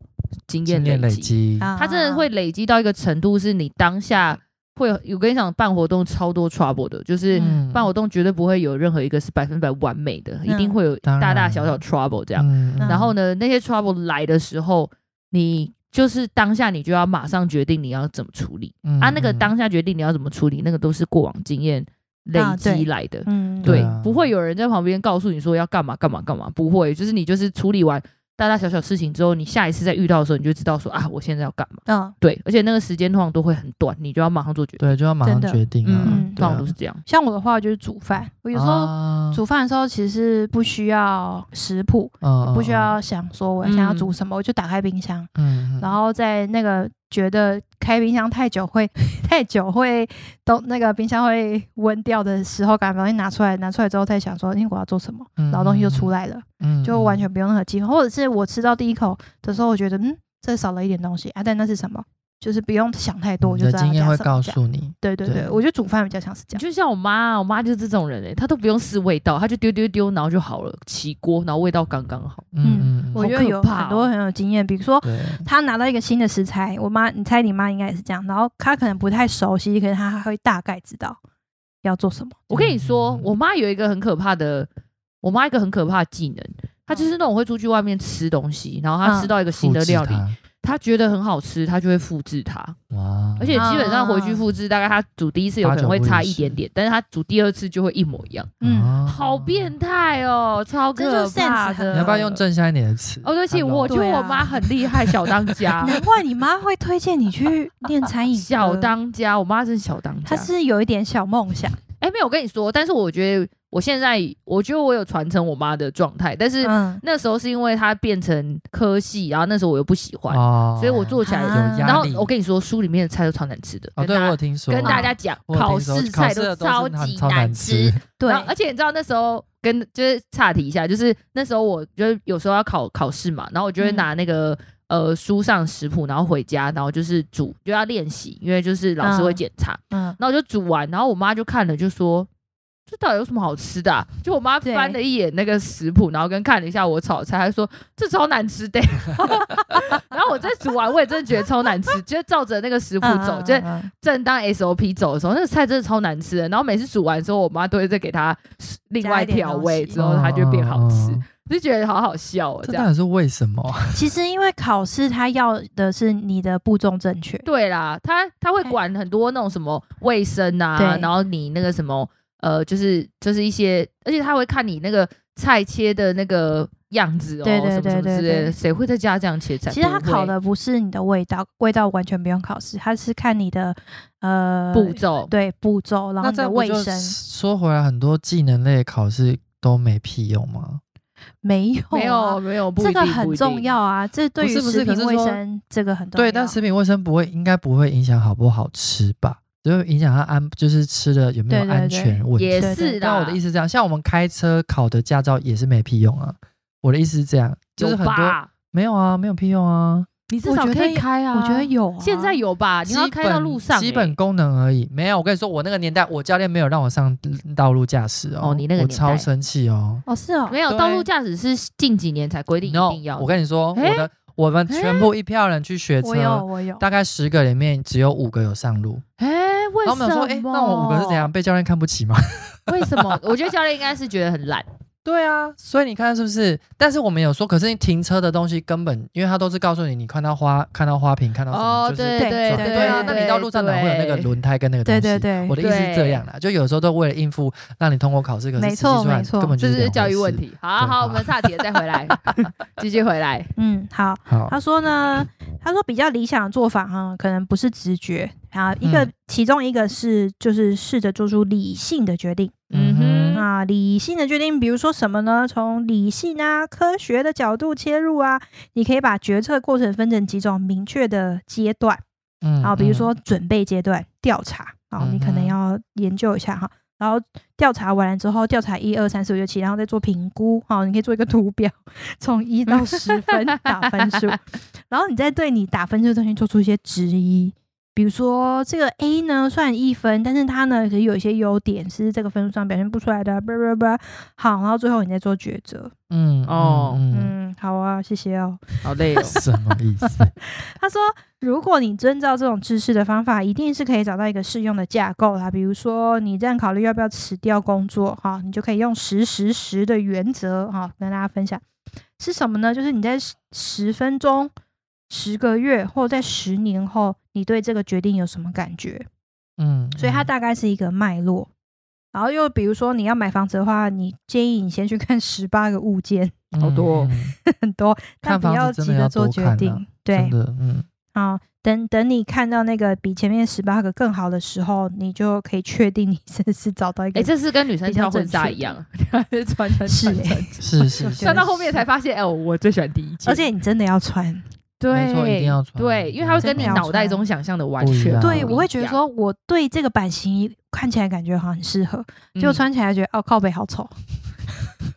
Speaker 2: 经验
Speaker 3: 经验累
Speaker 2: 积，
Speaker 3: 积，
Speaker 1: 啊嗯
Speaker 2: 它真的会累积到一个程度，是你当下会有。我跟你讲，办活动超多 trouble 的，就是
Speaker 3: 嗯
Speaker 2: 办活动绝对不会有任何一个是百分百完美的，
Speaker 1: 嗯
Speaker 2: 一定会有
Speaker 3: 当然啊
Speaker 2: 大大小小 trouble 这样。
Speaker 3: 嗯
Speaker 1: 嗯
Speaker 2: 然后呢，那些 trouble 来的时候，你就是当下你就要马上决定你要怎么处理。
Speaker 3: 嗯
Speaker 2: 啊，那个
Speaker 3: 嗯
Speaker 2: 当下决定你要怎么处理，那个都是过往经验累
Speaker 1: 啊对
Speaker 2: 积来的。
Speaker 1: 嗯
Speaker 2: 对，
Speaker 3: 对啊
Speaker 2: 不会有人在旁边告诉你说要干嘛干嘛干嘛，不会，就是你就是处理完大大小小事情之后，你下一次再遇到的时候，你就知道说啊，我现在要干嘛。
Speaker 1: 嗯。
Speaker 2: 对，而且那个时间通常都会很短，你就要马上做决定。
Speaker 3: 对就要马上
Speaker 1: 真的
Speaker 3: 决定啊，
Speaker 2: 嗯，
Speaker 1: 嗯
Speaker 2: 通
Speaker 3: 对啊
Speaker 2: 常都是这样。
Speaker 1: 像我的话就是煮饭，我有时候
Speaker 3: 啊
Speaker 1: 煮饭的时候其实是不需要食谱，
Speaker 3: 嗯
Speaker 1: 不需
Speaker 3: 嗯
Speaker 1: 要想说我想要
Speaker 2: 嗯
Speaker 1: 煮什么，我就打开冰箱，
Speaker 3: 嗯，嗯
Speaker 1: 然后在那个觉得开冰箱太久会 太久会都那个冰箱会温掉的时候，赶快把东西拿出来，拿出来之后再想说，因为我要做什么，
Speaker 3: 嗯
Speaker 1: 然后东西就出，来了，
Speaker 3: 嗯
Speaker 1: 就完全不用任何计划。或者是我吃到第一口的时候，我觉得嗯，这少了一点东西啊，但那是什么？就是不用想太多，我
Speaker 3: 嗯你
Speaker 1: 就
Speaker 3: 的
Speaker 1: 知道要
Speaker 3: 经验
Speaker 1: 加
Speaker 3: 会
Speaker 1: 什么
Speaker 3: 告
Speaker 1: 这样。
Speaker 3: 诉你，
Speaker 1: 对对对，
Speaker 3: 对
Speaker 1: 我觉得煮饭比较像是这样。
Speaker 2: 就像我妈，啊我妈就是这种人哎、她都不用试味道，她就丢丢丢，然后就好了，起锅，然后味道刚刚好。
Speaker 1: 嗯
Speaker 3: 嗯嗯，
Speaker 1: 我
Speaker 2: 好
Speaker 1: 觉得
Speaker 2: 可
Speaker 1: 有
Speaker 2: 怕
Speaker 1: 很多
Speaker 2: 哦
Speaker 1: 很有经验，比如说
Speaker 3: 对，
Speaker 1: 他拿到一个新的食材，我妈，你猜你妈应该也是这样，然后她可能不太熟悉，可是她会大概知道要做什么。
Speaker 2: 我跟你说
Speaker 3: 嗯，
Speaker 2: 我妈有一个很可怕的，我妈一个很可怕的技能，她就是那种会出去外面吃东西，然后她
Speaker 1: 嗯
Speaker 2: 吃到一个新的
Speaker 3: 复制
Speaker 2: 料理，
Speaker 3: 它嗯
Speaker 2: 她觉得很好吃，她就会复制它，
Speaker 3: 哇，啊
Speaker 2: 而且基本上回去复制，大概她煮第一次有可能会差一点点，但是她煮第二次就会一模一样，
Speaker 1: 嗯，
Speaker 3: 啊
Speaker 2: 好变态哦，超
Speaker 1: 这就
Speaker 2: 可怕
Speaker 1: sense 很
Speaker 2: 的。
Speaker 3: 你要不要用？正向一点的词？
Speaker 2: 哦，对不起，
Speaker 3: Hello
Speaker 2: 我觉得
Speaker 1: 对啊
Speaker 2: 我妈很厉害，小当 家，
Speaker 1: 难怪你妈会推荐你去练餐饮科
Speaker 2: 小，当家，我妈真是小当
Speaker 1: 她
Speaker 2: 家。
Speaker 1: 是有一点小梦想。
Speaker 2: 哎，没有，我跟你说，但是我觉得我现在，我觉得我有传承我妈的状态，但是
Speaker 1: 嗯，
Speaker 2: 那时候是因为它变成科系，然后那时候我又不喜欢，
Speaker 3: 哦
Speaker 2: 所以我做起来。嗯
Speaker 1: 啊
Speaker 3: 有
Speaker 2: 然
Speaker 3: 压
Speaker 2: 后
Speaker 3: 力。
Speaker 2: 我跟你说，书里面的菜都超难吃的，
Speaker 3: 哦，
Speaker 2: 跟
Speaker 3: 对我
Speaker 2: 大
Speaker 3: 有
Speaker 2: 家
Speaker 3: 听说，
Speaker 2: 跟大
Speaker 1: 啊
Speaker 2: 家讲，
Speaker 3: 我有听说
Speaker 2: 试菜
Speaker 3: 考试的都
Speaker 2: 超
Speaker 3: 是很
Speaker 2: 级
Speaker 3: 超难
Speaker 2: 吃。
Speaker 1: 对
Speaker 2: 然，后哎而且你知道那时候跟就是岔题一下，就是那时候我就是有时候要考考试嘛，然后我就会
Speaker 1: 嗯
Speaker 2: 拿那个、呃书上食谱，然后回家，然后就是煮，就要练习，因为就是老师会
Speaker 1: 嗯
Speaker 2: 检查。
Speaker 1: 嗯
Speaker 2: 然后我就煮完，然后我妈就看了，就说：“这到底有什么好吃的、啊？就我妈
Speaker 1: 对
Speaker 2: 翻了一眼那个食谱，然后跟看了一下我炒菜，她说这超难吃的。 然后我在煮完，我也真的觉得超难吃，就是照着那个食谱走，就是
Speaker 1: 嗯
Speaker 2: 正当 SOP 走的时候，那个菜真的超难吃的。然后每次煮完之后，我妈都会再给它另外调味，
Speaker 1: 加一点东西
Speaker 2: 之后它就会变好吃
Speaker 3: 哦，
Speaker 2: 就觉得好好笑哦，
Speaker 3: 这
Speaker 2: 这
Speaker 3: 到
Speaker 2: 样。
Speaker 3: 底是为什么？
Speaker 1: 其实因为考试它要的是你的步骤正确，
Speaker 2: 对啦，他他会管很多那种什么卫生啊，
Speaker 1: 对
Speaker 2: 然后你那个什么呃，就是就是一些，而且他会看你那个菜切的那个样子哦，
Speaker 1: 对对
Speaker 2: 什么什
Speaker 1: 对
Speaker 2: 么
Speaker 1: 对
Speaker 2: 之类
Speaker 1: 对
Speaker 2: 的，谁会在家这样切菜？
Speaker 1: 其实它
Speaker 2: 不会
Speaker 1: 考的不是你的味道，味道完全不用考试，它是看你的呃
Speaker 2: 步骤，
Speaker 1: 对步骤，然后
Speaker 3: 那
Speaker 1: 你的
Speaker 3: 这样不
Speaker 1: 卫
Speaker 3: 就
Speaker 1: 生
Speaker 3: 说回来，很多技能类的考试都没屁用吗？
Speaker 1: 没有
Speaker 2: 没
Speaker 1: 啊
Speaker 2: 有没有，不一
Speaker 1: 这
Speaker 2: 定
Speaker 1: 个很重，要
Speaker 2: 不
Speaker 1: 啊，这对于
Speaker 3: 不是不是
Speaker 1: 食品
Speaker 3: 可是
Speaker 1: 卫
Speaker 3: 说
Speaker 1: 生这个很重要。
Speaker 3: 对，但食品卫生不会，应该不会影响好不好吃吧？只会影响它安，就是吃的有没
Speaker 1: 对
Speaker 3: 有
Speaker 1: 对对
Speaker 3: 安全问
Speaker 2: 一定
Speaker 3: 题。
Speaker 2: 也
Speaker 1: 对对
Speaker 2: 是
Speaker 1: 对
Speaker 2: 啦。
Speaker 3: 那我的意思是这样，像我们开车考的驾照也是没屁用啊。我的意思是这样，就是
Speaker 2: 有
Speaker 3: 很多
Speaker 2: 吧，
Speaker 3: 没有啊，没有屁用啊，
Speaker 2: 你至少
Speaker 1: 我觉得
Speaker 2: 可以开啊，
Speaker 1: 我觉得有啊，
Speaker 2: 现在有吧，你要
Speaker 3: 基
Speaker 2: 开到
Speaker 3: 本
Speaker 2: 路上欸，
Speaker 3: 基本功能而已。没有，我跟你说，我那个年代，我教练没有让我上道路驾驶哦。
Speaker 2: 哦你那个
Speaker 3: 我
Speaker 2: 年代
Speaker 3: 超生气哦。
Speaker 1: 哦是哦，
Speaker 2: 欸没有
Speaker 3: 对
Speaker 2: 道路驾驶是近几年才规定一
Speaker 3: no，
Speaker 2: 定要的，
Speaker 3: 我跟你说，我的我们全部一票人去学
Speaker 1: 我有
Speaker 3: 车，
Speaker 1: 我有，
Speaker 3: 大概十个里面只有五个有上路。
Speaker 2: 哎，为
Speaker 3: 然后
Speaker 2: 什
Speaker 3: 我们
Speaker 2: 么？
Speaker 3: 想说，哎，那我们五个是怎样？被教练看不起吗？
Speaker 2: 为什么？我觉得教练应该是觉得很懒，
Speaker 3: 对啊，所以你看是不是？但是我们有说，可是你停车的东西根本，因为他都是告诉你，你看到花，看到花瓶，看到什
Speaker 2: 哦
Speaker 3: 么，就
Speaker 1: 对
Speaker 3: 是
Speaker 1: 对
Speaker 3: 对啊，那你到路上哪会有那个？轮胎跟那个东
Speaker 1: 对对
Speaker 3: 西？
Speaker 1: 对
Speaker 3: 我，的意思是这样啦，就有时候都为了应付让你通过考试，可是
Speaker 1: 没
Speaker 3: 实际
Speaker 1: 错
Speaker 3: 出来
Speaker 1: 没错
Speaker 3: 根本
Speaker 2: 这
Speaker 3: 就是
Speaker 2: 是
Speaker 3: 两
Speaker 2: 教育
Speaker 3: 回
Speaker 2: 问
Speaker 3: 事。
Speaker 2: 题。好好，
Speaker 3: 好
Speaker 2: 我们差点再回 来，继续回来。
Speaker 1: 嗯好。
Speaker 3: 好，
Speaker 1: 他说呢，他说比较理想的做法哈、可能不是直觉啊，一个、
Speaker 3: 嗯
Speaker 1: 其中一个是就是试着做出理性的决定。
Speaker 2: 嗯
Speaker 3: 嗯
Speaker 2: 哼，
Speaker 1: 啊，理性的决定，比如说什么呢？从理性啊、科学的角度切入啊，你可以把决策过程分成几种明确的阶段
Speaker 3: 嗯
Speaker 1: 啊，比如说准备阶段、调查啊，你可能
Speaker 3: 嗯哼
Speaker 1: 要研究一下哈。然后调查完了之后，调查一二三四五六七，然后再做评估。啊好，你可以做一个图表， 从一到十 分打分数，然后你再对你打分数的东西做出一些质疑。比如说这个 A 呢，虽然一分，但是它呢可以有一些优点是这个分数上表现不出来的，叭叭叭。好，然后最后你再做抉择。
Speaker 3: 嗯
Speaker 2: 哦
Speaker 3: 嗯，
Speaker 1: 嗯，好啊，谢谢哦。
Speaker 2: 好累哦。
Speaker 3: 什么意思？
Speaker 1: 他说，如果你遵照这种知识的方法，一定是可以找到一个适用的架构啦。比如说，你正考虑要不要辞掉工作，哈，你就可以用十十十的原则，哈，跟大家分享是什么呢？就是你在十十分钟、十个月或在十年后，你对这个决定有什么感觉？
Speaker 3: 嗯，
Speaker 1: 所以它大概是一个脉络。然后又比如说，你要买房子的话，你建议你先去看十八个物件，
Speaker 2: 好多哦
Speaker 3: 嗯，
Speaker 1: 很多，但
Speaker 3: 看
Speaker 1: 不
Speaker 3: 房
Speaker 1: 要
Speaker 3: 子
Speaker 1: 急
Speaker 3: 真的
Speaker 1: 着
Speaker 3: 要
Speaker 1: 做
Speaker 3: 多
Speaker 1: 决
Speaker 3: 看啊
Speaker 1: 定。对
Speaker 3: 真，的，嗯，
Speaker 1: 好，啊等等你看到那个比前面十八个更好的时候，你就可以确定你真的是找到一个。
Speaker 2: 哎，这是跟女生跳婚纱一 样，穿穿
Speaker 1: 是
Speaker 2: 穿
Speaker 1: 欸
Speaker 2: 穿，
Speaker 3: 是是
Speaker 1: 是
Speaker 3: 是，
Speaker 2: 穿到后面才发现，哎，我最喜欢第一件，
Speaker 1: 而且你真的要穿。
Speaker 2: 对，
Speaker 3: 没错一定要穿
Speaker 2: 对，因为它会跟你脑袋中想象的完
Speaker 3: 不一
Speaker 2: 全
Speaker 3: 样
Speaker 1: 对，
Speaker 2: 不一
Speaker 1: 我会觉得
Speaker 2: 样，
Speaker 1: 说，我对这个版型看起来感觉好像很适合，
Speaker 2: 嗯
Speaker 1: 就穿起来觉得哦靠背好丑。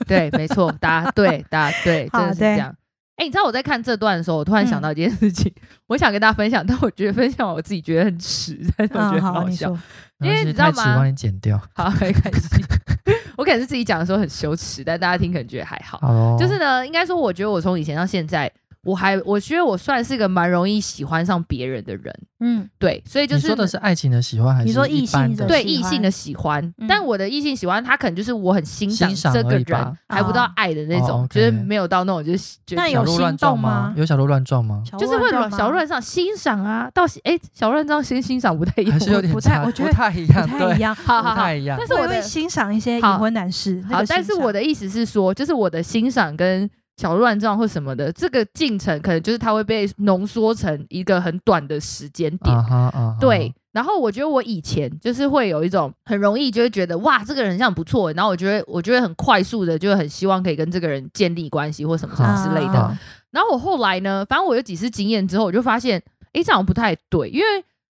Speaker 2: 对，没错，答对，答对，
Speaker 1: 好
Speaker 2: 真的是
Speaker 1: 对
Speaker 2: 这样。哎、你知道我在看这段的时候，我突然
Speaker 3: 嗯
Speaker 2: 想到一件事情，我想跟大家分享，但我觉得分享我自己觉得很耻，但 是我觉
Speaker 1: 嗯，
Speaker 2: 得很
Speaker 1: 好，
Speaker 2: 好
Speaker 1: 你
Speaker 2: 笑。
Speaker 1: 说
Speaker 3: 没
Speaker 2: 因为
Speaker 3: 关系
Speaker 2: 你知道
Speaker 3: 太迟
Speaker 2: 吗
Speaker 3: 帮你剪掉，
Speaker 2: 好，没关系。 我可能是自己讲的时候很羞耻，但大家听可能觉得还好。
Speaker 3: 好哦，
Speaker 2: 就是呢，应该说，我觉得我从以前到现在，我还我觉得我算是个蛮容易喜欢上别人的人，
Speaker 1: 嗯，
Speaker 2: 对，所以就
Speaker 3: 你
Speaker 2: 是
Speaker 3: 说的是爱情的喜欢还是
Speaker 1: 你说异
Speaker 3: 一般
Speaker 1: 性的
Speaker 3: 的
Speaker 2: 对
Speaker 1: 喜
Speaker 2: 异
Speaker 1: 欢
Speaker 2: 性的喜欢，
Speaker 1: 嗯
Speaker 2: 但我的异性喜欢，他可能就是我很欣赏
Speaker 3: 欣赏
Speaker 2: 这个
Speaker 3: 而已吧
Speaker 2: 人，还不到爱的那种，
Speaker 3: 哦
Speaker 2: 就是
Speaker 3: OK
Speaker 2: 没有到那种就是觉得
Speaker 1: 那
Speaker 3: 小
Speaker 1: 有
Speaker 3: 鹿乱
Speaker 1: 心
Speaker 3: 撞
Speaker 1: 动
Speaker 3: 吗
Speaker 1: 吗？？
Speaker 3: 有小鹿乱撞吗？
Speaker 1: 小
Speaker 2: 就是会
Speaker 1: 乱
Speaker 2: 有
Speaker 1: 撞吗
Speaker 2: 小乱上欣赏啊，到哎、小乱上欣欣赏不太一样
Speaker 3: 还。是有点
Speaker 1: 不太
Speaker 3: 差
Speaker 1: 我觉得
Speaker 3: 不太一
Speaker 1: 不
Speaker 3: 样，
Speaker 1: 太一
Speaker 3: 对，
Speaker 1: 样。
Speaker 2: 好好
Speaker 3: 不
Speaker 2: 好
Speaker 3: 太，一样
Speaker 2: 但。是
Speaker 1: 我
Speaker 2: 我
Speaker 1: 也会
Speaker 2: 的
Speaker 1: 欣赏一些已
Speaker 2: 好
Speaker 1: 婚男士，那
Speaker 2: 好，
Speaker 1: 个
Speaker 2: 但是
Speaker 1: 欣赏
Speaker 2: 我的意思是说，就是我的欣赏跟小乱撞或什么的这个进程，可能就是它会被浓缩成一个很短的时间点。
Speaker 3: 啊哈啊哈，
Speaker 2: 对，然后我觉得我以前就是会有一种很容易就会觉得哇，这个人像不错，欸然后我觉得我觉得很快速的就很希望可以跟这个人建立关系或什么什么之类的。
Speaker 1: 啊
Speaker 2: 然后我后来呢，反正我有几次经验之后，我就发现，诶，这样不太对，因为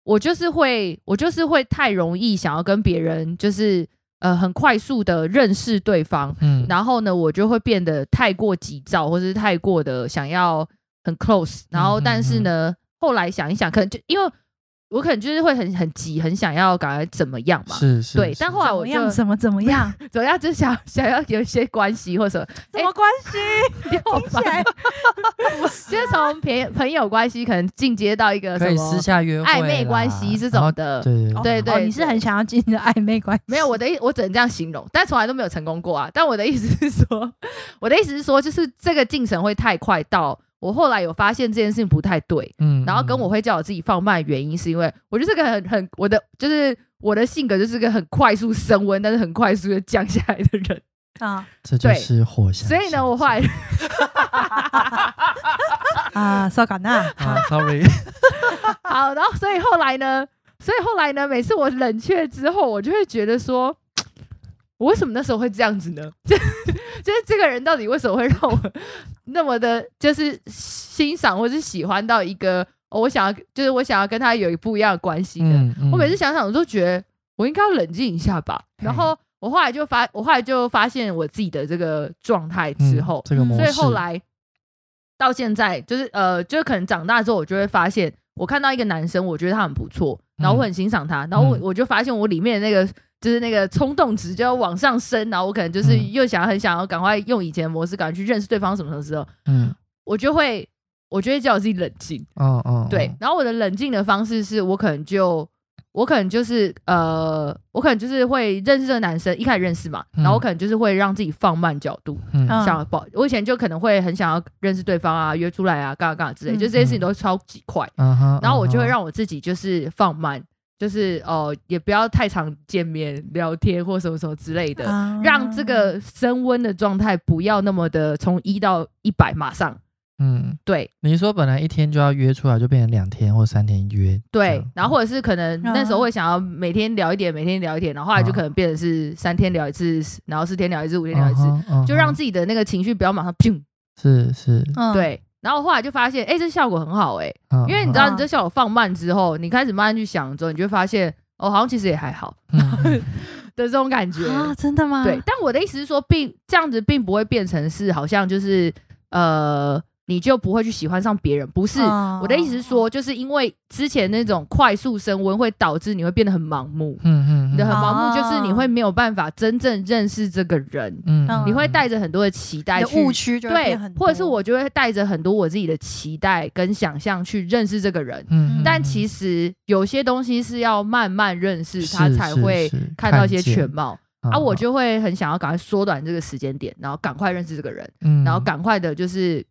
Speaker 2: 我就是会，我就是会太容易想要跟别人就是呃很快速的认识对方，
Speaker 3: 嗯，
Speaker 2: 然后呢，我就会变得太过急躁，或是太
Speaker 3: 嗯
Speaker 2: 过的想要很 close，然后但是呢，后来想一想，可能就因为我可能就是会很很急，很想要赶快怎么样嘛。
Speaker 3: 是是，
Speaker 2: 对
Speaker 3: 是，
Speaker 2: 但后来我
Speaker 1: 怎
Speaker 2: 就
Speaker 1: 么 样？怎么怎么样？
Speaker 2: 怎么样，就想想要有一些关系或者
Speaker 1: 什么关系？
Speaker 2: 不要
Speaker 1: 听起
Speaker 2: 哦
Speaker 1: 来
Speaker 2: 就是从朋朋友关系可能进阶到一个
Speaker 3: 可
Speaker 2: 什
Speaker 3: 以
Speaker 2: 么
Speaker 3: 私下约会啦
Speaker 2: 暧昧关系这种，的
Speaker 3: 然后。对
Speaker 1: 哦
Speaker 2: 对
Speaker 3: 对
Speaker 2: 对
Speaker 1: 哦你是很想要进入暧昧关系？
Speaker 2: 没有，我的意，我只能这样形容，但从来都没有成功过啊。但我的意思是说， 我的意思是说，就是这个进程会太快到我后来有发现这件事情不太对，
Speaker 3: 嗯
Speaker 2: 然后跟
Speaker 3: 嗯
Speaker 2: 我会叫我自己放慢，原因是因为我就是个很很我的就是我的性格就是个很快速升温，但是很快速的降下来的人，
Speaker 1: 啊
Speaker 3: 这就
Speaker 2: 对
Speaker 3: 是火象星
Speaker 2: 所
Speaker 3: 座。
Speaker 2: 以呢，我后来
Speaker 1: 啊，骚感娜，
Speaker 3: 啊，sorry，
Speaker 2: 好，然后所以后来呢，所以后来呢，每次我冷却之后，我就会觉得说，我为什么那时候会这样子呢？ 就就是这个人到底为什么会让我 那么的，就是欣赏或是喜欢到一个、哦我想要，就是我想要跟他有一不一样的关系呢？
Speaker 3: 嗯，嗯
Speaker 2: 我每次想想，我都觉得我应该要冷静一下吧。
Speaker 3: 嘿
Speaker 2: 然后我后来就发，我后来就发现我自己的这个状态之
Speaker 3: 嗯
Speaker 2: 后，
Speaker 3: 这个
Speaker 1: 嗯
Speaker 3: 模
Speaker 2: 所以
Speaker 3: 式，
Speaker 2: 后来到现在，就是呃，就是可能长大之后，我就会发现，我看到一个男生，我觉得他很不错，然后我很欣赏他，然后我
Speaker 3: 嗯
Speaker 2: 我就发现我里面的那个就是那个冲动值就要往上升，然后我可能就是
Speaker 3: 嗯
Speaker 2: 又想要很想要赶快用以前的模式，赶快去认识对方什么什么时候，
Speaker 3: 嗯，
Speaker 2: 我就会我就会叫我自己冷静，
Speaker 3: 哦哦，
Speaker 2: 对
Speaker 3: 哦，，
Speaker 2: 然后我的冷静的方式是我可能就。我可能就是呃，我可能就是会认识这个男生，一开始认识嘛，然后我
Speaker 3: 嗯
Speaker 2: 可能就是会让自己放慢角度，
Speaker 3: 嗯
Speaker 1: 嗯
Speaker 2: 想要保，我以前就可能会很想要认识对方啊，约出来啊，干嘛干嘛之类，
Speaker 1: 嗯
Speaker 2: 就这些事情都超级快，
Speaker 3: 嗯哼，
Speaker 2: 然后我就会
Speaker 3: 嗯哼
Speaker 2: 让我自己就是放慢，就是哦、呃也不要太常见面聊天或什么什么之类的，
Speaker 1: 啊
Speaker 2: 让这个升温的状态不要那么的从一到一百马上，
Speaker 3: 嗯，
Speaker 2: 对
Speaker 3: 你说本来一天就要约出来，就变成两天或三天约，这
Speaker 2: 对
Speaker 3: 样，
Speaker 2: 然后或者是可能那时候会想要每天聊一点，每天聊一点，然后后来就
Speaker 3: 嗯
Speaker 2: 可能变成是三天聊一次，然后四天聊一次，五天聊一
Speaker 3: 嗯
Speaker 2: 次，
Speaker 3: 哼嗯
Speaker 2: 就让
Speaker 3: 哼
Speaker 2: 自己的那个情绪不要马上砰，
Speaker 3: 是是，
Speaker 1: 嗯，
Speaker 2: 对。然后我后来就发现，哎、这效果很好、诶。哎，
Speaker 3: 嗯
Speaker 2: 因为你知
Speaker 3: 嗯
Speaker 2: 道，
Speaker 1: 嗯
Speaker 2: 你这效果放慢之后，你开始慢慢去想之后，你就会发现，哦，好像其实也还好
Speaker 3: 嗯 嗯
Speaker 2: 的这种感觉。
Speaker 1: 啊，真的吗？
Speaker 2: 对，但我的意思是说，并这样子并不会变成是好像就是呃，你就不会去喜欢上别人，不是。
Speaker 1: 哦
Speaker 2: 我的意思是说，就是因为之前那种快速升温会导致你会变得很盲目，
Speaker 3: 嗯嗯
Speaker 2: 你的很
Speaker 3: 嗯
Speaker 2: 盲目就是你
Speaker 1: 哦
Speaker 2: 会没有办法真正认识这个人，
Speaker 3: 嗯
Speaker 1: 嗯
Speaker 2: 你会带着很多的期待
Speaker 1: 你的
Speaker 2: 去
Speaker 1: 误区就会
Speaker 2: 对
Speaker 1: 变很，多
Speaker 2: 或者是我就会带着很多我自己的期待跟想象去认识这个人，
Speaker 3: 嗯
Speaker 2: 但其
Speaker 3: 实
Speaker 2: 实有些东西是要慢慢认识，他
Speaker 3: 嗯是
Speaker 2: 才
Speaker 3: 是
Speaker 2: 会
Speaker 3: 是
Speaker 2: 看到一些
Speaker 3: 看见嗯
Speaker 2: 全貌。啊，我就会很想要赶快缩短这个时间点，然后赶快认识这个人，然后
Speaker 3: 感
Speaker 2: 赶快的就是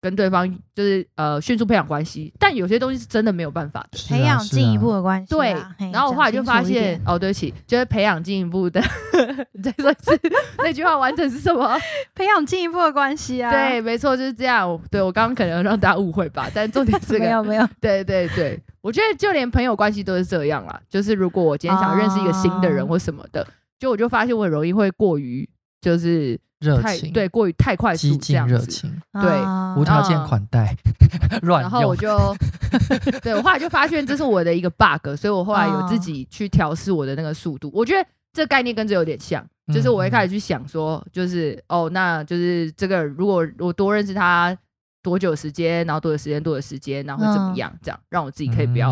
Speaker 2: 跟对方就是呃迅速培养关系。但有些东西是真的没有办法的。
Speaker 3: 啊
Speaker 1: 培养进一步的关系啊
Speaker 2: 对
Speaker 1: 啦。嘿，
Speaker 2: 然后我后来就
Speaker 1: 哎
Speaker 2: 发，
Speaker 1: 讲清楚一
Speaker 2: 现
Speaker 1: 点，
Speaker 2: 哦，对不起，就是培养进一步的， 你再说一次那句话完整是什么？
Speaker 1: 培养进一步的关系啊，
Speaker 2: 对，，没错，就是这样。对我刚刚可能让大家误会吧，但重点是这
Speaker 1: 没
Speaker 2: 个
Speaker 1: 有没有，
Speaker 2: 对对对，我觉得就连朋友关系都是这样啦。就是如果我今天想认识一个新的人
Speaker 1: 啊
Speaker 2: 或什么的，就我就发现我很容易会过于就是
Speaker 3: 热
Speaker 2: 太
Speaker 3: 情，
Speaker 2: 对过于太快速
Speaker 3: 激
Speaker 2: 这
Speaker 3: 进
Speaker 2: 样
Speaker 3: 热
Speaker 2: 子。
Speaker 3: 情，
Speaker 2: 对
Speaker 1: 啊
Speaker 3: 无条件
Speaker 2: 嗯
Speaker 3: 款待， 乱
Speaker 2: 然后我
Speaker 3: 用，
Speaker 2: 就 对我后来就发现这是我的一个 bug，所以我后来有自
Speaker 1: 啊
Speaker 2: 己去调试我的那个速度。我觉得这概念跟这有点像，就是我会
Speaker 3: 嗯
Speaker 2: 开始去想说，就是哦，那就是这个如果我多认识他多久时间，然后多久时间多久时间，然后会怎么
Speaker 1: 嗯
Speaker 2: 样，这样让我自己可以不要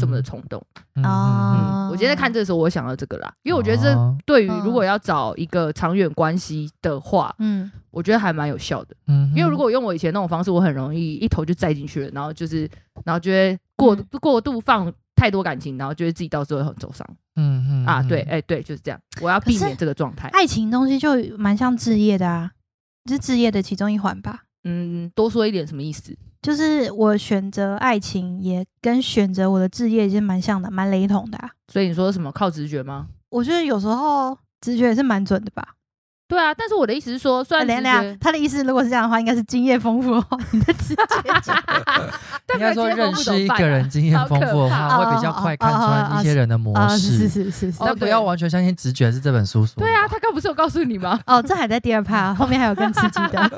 Speaker 2: 这么的冲动。
Speaker 3: 嗯嗯嗯嗯
Speaker 1: 啊
Speaker 2: 嗯，我今天在看这个时候，我想到这个啦，因为我觉得这
Speaker 3: 哦
Speaker 2: 对于
Speaker 1: 嗯
Speaker 2: 如果要找一个长远关系的话，
Speaker 1: 嗯，
Speaker 2: 我觉得还蛮有效的。
Speaker 3: 嗯哼
Speaker 2: 因为如果用我以前那种方式，我很容易一头就栽进去了，然后就是，然后就会过
Speaker 1: 嗯
Speaker 2: 过度放太多感情，然后就会自己到时候很受伤
Speaker 3: 嗯嗯
Speaker 2: 啊。
Speaker 3: 嗯
Speaker 2: 对，哎，对，就是这样，我要避
Speaker 1: 可是啊
Speaker 2: 免这个状态。
Speaker 1: 爱情东西就蛮像置业的啊，是置业的其中一环吧。
Speaker 2: 嗯，多说一点什么意思？
Speaker 1: 就是我选择爱情，也跟选择我的置业也是蛮像的，蛮雷同的、啊。
Speaker 2: 所以你说什么靠直觉吗？
Speaker 1: 我觉得有时候直觉也是蛮准的吧。
Speaker 2: 对啊，但是我的意思是说，虽
Speaker 1: 呃等一
Speaker 2: 然直
Speaker 1: 下等一下
Speaker 2: 觉，
Speaker 1: 他的意思如果是这样的话，应该是经验丰富的话， 你的直觉就
Speaker 2: 但
Speaker 3: 应该
Speaker 2: 不
Speaker 3: 说
Speaker 2: 然
Speaker 3: 认
Speaker 2: 直
Speaker 3: 识
Speaker 2: 接
Speaker 3: 一
Speaker 2: 碰不
Speaker 3: 个
Speaker 2: 懂
Speaker 3: 人经验
Speaker 2: 啊好
Speaker 3: 丰
Speaker 2: 可
Speaker 3: 富的
Speaker 2: 怕
Speaker 3: 话，会比较快看穿一些人的模
Speaker 1: 啊，是
Speaker 3: 式。
Speaker 1: 是是是。
Speaker 2: 哦
Speaker 3: 但不要完全相信直觉是这本书说的吧。
Speaker 2: 对啊，他刚不是有告诉你吗？
Speaker 1: 哦，这还在第二趴，后面还有更刺激的。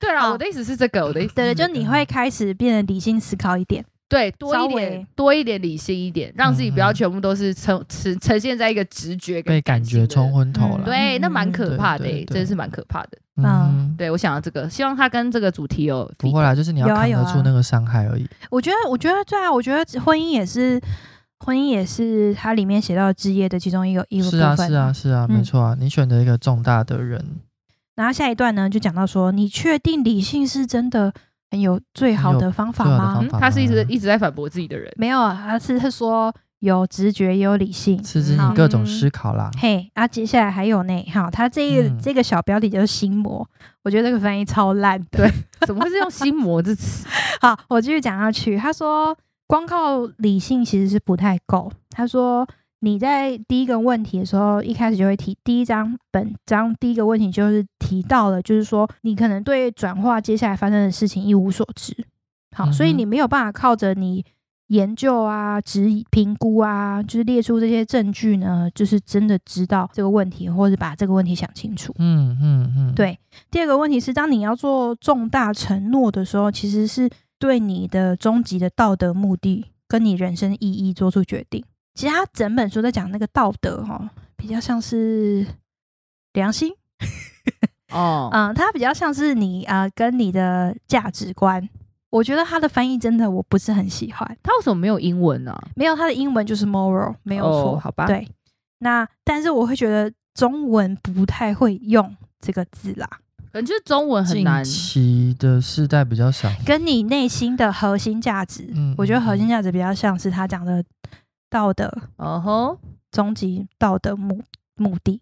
Speaker 2: 对啊，
Speaker 1: 好
Speaker 2: 我的意思是这个，我的意思
Speaker 1: 对对，就你会开始变得理性思考一点，
Speaker 2: 对，多
Speaker 1: 稍
Speaker 2: 一点
Speaker 1: 微，
Speaker 2: 多一点理性一点，让自己不要
Speaker 3: 嗯嗯
Speaker 2: 全部都是呈呈呈现在一个直觉跟
Speaker 3: 被感
Speaker 2: 性
Speaker 3: 觉
Speaker 2: 的
Speaker 3: 冲昏头
Speaker 1: 嗯
Speaker 3: 了。
Speaker 2: 对，那蛮可怕的、
Speaker 3: 对
Speaker 2: 欸，
Speaker 3: 对对
Speaker 2: 真是蛮可怕的。
Speaker 1: 嗯
Speaker 2: 对，我想到这个，希望它跟这个主题有
Speaker 3: 不会啦，就是你要
Speaker 1: 有啊
Speaker 3: 扛
Speaker 1: 有
Speaker 3: 得
Speaker 1: 啊
Speaker 3: 住那个伤害而已。
Speaker 1: 我觉得，我觉得对啊，我觉得婚姻也是，婚姻也是它里面写到的置业的其中一个一个部
Speaker 3: 是
Speaker 1: 分。
Speaker 3: 啊，是啊，。是啊，没
Speaker 1: 嗯
Speaker 3: 错啊。你选择一个重大的人，
Speaker 1: 然后下一段呢，就讲到说，你确定理性是真的很有最好的方法
Speaker 3: 最好的
Speaker 1: 吗？
Speaker 3: 方
Speaker 2: 嗯，
Speaker 3: 法吗，
Speaker 2: 他是一直一直在反驳自己 的人。
Speaker 1: 没有，啊，他是说有直觉也有理
Speaker 2: 嗯
Speaker 1: 性。
Speaker 3: 刺激
Speaker 1: 好
Speaker 3: 你各种思考啦。
Speaker 1: 嘿，啊，接下来还有呢，好，他这个、
Speaker 3: 嗯
Speaker 1: 这个小标题叫心魔，我觉得这个翻译超烂的。
Speaker 2: 怎么会是用心魔这词？
Speaker 1: 好，我继续讲下去。他说，光靠理性其实是不太够。他说，你在第一个问题的时候，一开始就会提第一章本章第一个问题就是提到了，就是说你可能对转化接下来发生的事情一无所知。好，所以
Speaker 3: 嗯哼
Speaker 1: 你没有办法靠着你研究啊、质疑评估啊，就是列出这些证据呢，就是真的知道这个问题，或者把这个问题想清楚。
Speaker 3: 嗯嗯嗯，
Speaker 1: 对第二个问题是，当你要做重大承诺的时候，其实是对你的终极的道德目的跟你人生意义做出决定。其实他整本书在讲那个道德哦，比较像是良心，
Speaker 2: 哦，
Speaker 1: 嗯、它比较像是你呃跟你的价值观。我觉得他的翻译真的我不是很喜欢，
Speaker 2: 他为什么没有英文呢、
Speaker 1: 没有他的英文就是 moral，没有
Speaker 2: 哦
Speaker 1: 错，
Speaker 2: 好吧
Speaker 1: 对，那但是我会觉得中文不太会用这个字啦。
Speaker 2: 可能就是中文很
Speaker 3: 近
Speaker 2: 难。
Speaker 3: 期的世代比较少。
Speaker 1: 跟你内心的核心价值，
Speaker 3: 嗯
Speaker 1: 我觉得核
Speaker 3: 嗯
Speaker 1: 心价值比较像是他讲的道德、
Speaker 2: 哦吼，
Speaker 1: 终极道德目目的，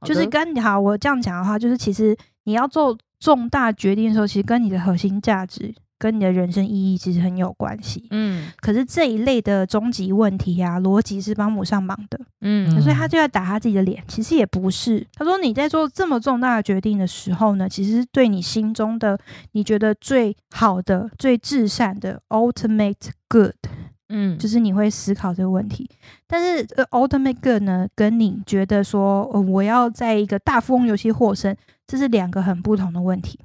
Speaker 2: 好
Speaker 1: 就是
Speaker 2: 的
Speaker 1: 跟你好，我这样讲的话，就是其实你要做重大决定的时候，其实跟你的核心价值。跟你的人生意义其实很有关系，
Speaker 2: 嗯
Speaker 1: 可是这一类的终极问题啊，逻辑是帮不上忙的，
Speaker 2: 嗯
Speaker 1: 所以他就在打他自己的脸。其实也不是，他说你在做这么重大的决定的时候呢，其实对你心中的你觉得最好的、最至善的 ultimate good，
Speaker 2: 嗯，
Speaker 1: 就是你会思考这个问题。但是、呃、ultimate good 呢，跟你觉得说、呃我要在一个大富翁游戏获胜，这是两个很不同的问题。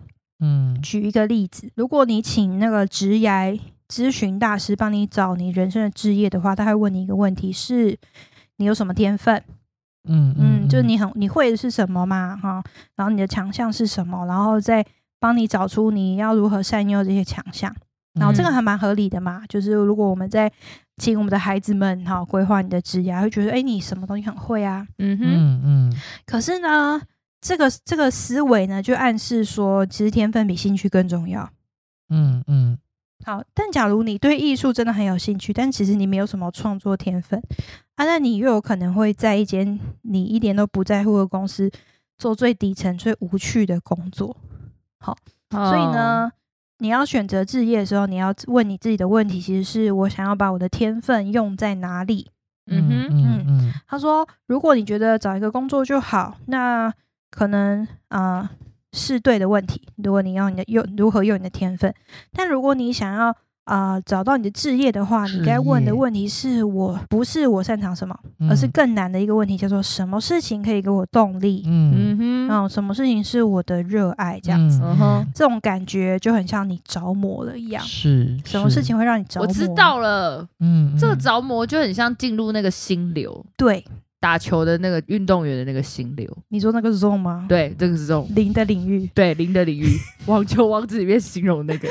Speaker 3: 嗯
Speaker 1: 举一个例子，如果你请那个职涯咨询大师帮你找你人生的置业的话，他会问你一个问题是。你有什么天分？
Speaker 3: 嗯
Speaker 1: 嗯，就是你很你会的是什么嘛，哈、然后你的强项是什么，然后再帮你找出你要如何善用这些强项。
Speaker 3: 嗯
Speaker 1: 然后这个还蛮合理的嘛，就是如果我们在请我们的孩子们哈、规划你的职业，会觉得哎你什么东西很会啊，
Speaker 2: 嗯哼，
Speaker 3: 嗯嗯
Speaker 1: 可是呢，这个这个思维呢就暗示说，其实天分比兴趣更重要。
Speaker 3: 嗯嗯
Speaker 1: 好，但假如你对艺术真的很有兴趣，但其实你没有什么创作天分，啊，那你又有可能会在一间你一点都不在乎的公司做最底层、最无趣的工作。
Speaker 3: 嗯
Speaker 1: 所以
Speaker 2: 哦
Speaker 1: 呢，你要选择置业的时候，你要问你自己的问题，其实是我想要把我的天分用在哪里。
Speaker 2: 哦，嗯哼，
Speaker 3: 嗯嗯
Speaker 1: 他说，如果你觉得找一个工作就好，那可能啊、呃是对的问题。如果你要你的用如何用你的天分，但如果你想要啊、呃找到你的置业的话，你
Speaker 3: 置
Speaker 1: 该问的
Speaker 3: 业
Speaker 1: 问题是我不是我擅长什么，
Speaker 3: 嗯，
Speaker 1: 而是更难的一个问题，叫做什么事情可以给我动力？
Speaker 3: 嗯
Speaker 2: 嗯哼，
Speaker 1: 嗯，什么事情是我的热爱？这样子，
Speaker 2: 嗯哼
Speaker 1: 这种感觉就很像你着魔了一样。
Speaker 3: 是
Speaker 1: 什么事？情会让你着
Speaker 2: 我
Speaker 1: 魔？
Speaker 2: 知，道了，
Speaker 3: 嗯，
Speaker 2: 这个着魔就很像进入那个心流，
Speaker 1: 对，
Speaker 2: 打球的那个运动员的那个心流。
Speaker 1: 你说那个 zone 吗？
Speaker 2: 对，这个是这种
Speaker 1: 零的领域。
Speaker 2: 对零的领域， 网球王子里面形容那个。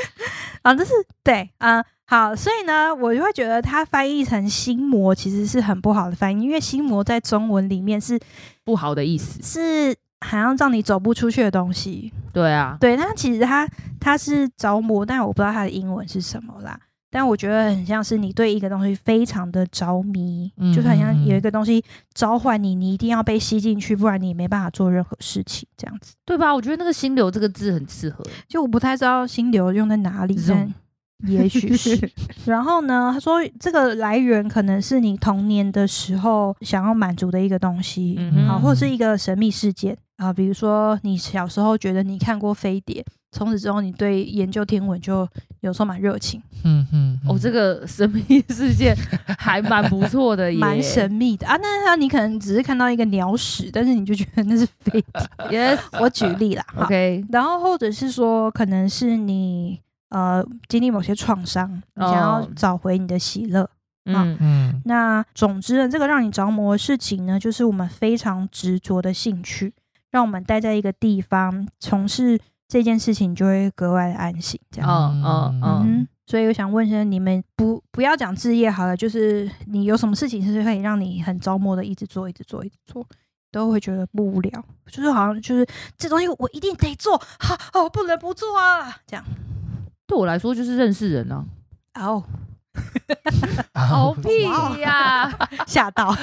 Speaker 1: 啊，这是对啊、好，所以呢，我就会觉得它翻译成心魔其实是很不好的翻译，因为心魔在中文里面是
Speaker 2: 不好的意思。
Speaker 1: 是好像让你走不出去的东西。
Speaker 2: 对啊，
Speaker 1: 对，那其实它它是着魔，但我不知道它的英文是什么啦。但我觉得很像是你对一个东西非常的着迷，
Speaker 3: 嗯
Speaker 1: 就是很像
Speaker 3: 嗯嗯
Speaker 1: 有一个东西召唤你，你一定要被吸进去，不然你没办法做任何事情。这样子，
Speaker 2: 对吧？我觉得那个“心流”这个字很适合。
Speaker 1: 就我不太知道心流用在哪里，但
Speaker 2: Zoom。
Speaker 1: 也 许是然后呢，他说这个来源可能是你童年的时候想要满足的一个东西，
Speaker 2: 嗯
Speaker 1: 啊，
Speaker 2: 哼，
Speaker 1: 或者是一个神秘事件啊，比如说你小时候觉得你看过飞碟，从此之后你对研究天文就有充满热情，
Speaker 3: 嗯嗯
Speaker 2: 哦，这个神秘事件还蛮不错的耶，
Speaker 1: 蛮神秘的啊。那那你可能只是看到一个鸟屎，但是你就觉得那是飞 碟。
Speaker 2: Yes，
Speaker 1: 我举例啦，哈
Speaker 2: OK，
Speaker 1: 然后或者是说，可能是你呃经历某些创伤，你想要
Speaker 2: 哦
Speaker 1: 找回你的喜乐。
Speaker 2: 嗯
Speaker 3: 嗯
Speaker 1: 那总之呢，这个让你着魔的事情呢，就是我们非常执着的兴趣，让我们待在一个地方从事这件事情，就会格外的安心。这样，
Speaker 2: 哦哦哦
Speaker 1: 嗯，所以我想问一下，你们不不要讲置业好了，就是你有什么事情是可以让你很着魔的，一直做，一直做，一直做。都会觉得不无聊，就是好像就是这东西我一定得做，好、哦，我不能不做啊，这样。
Speaker 2: 对我来说就是认识人啊，
Speaker 1: 哦，
Speaker 2: 好屁呀、
Speaker 1: 吓到，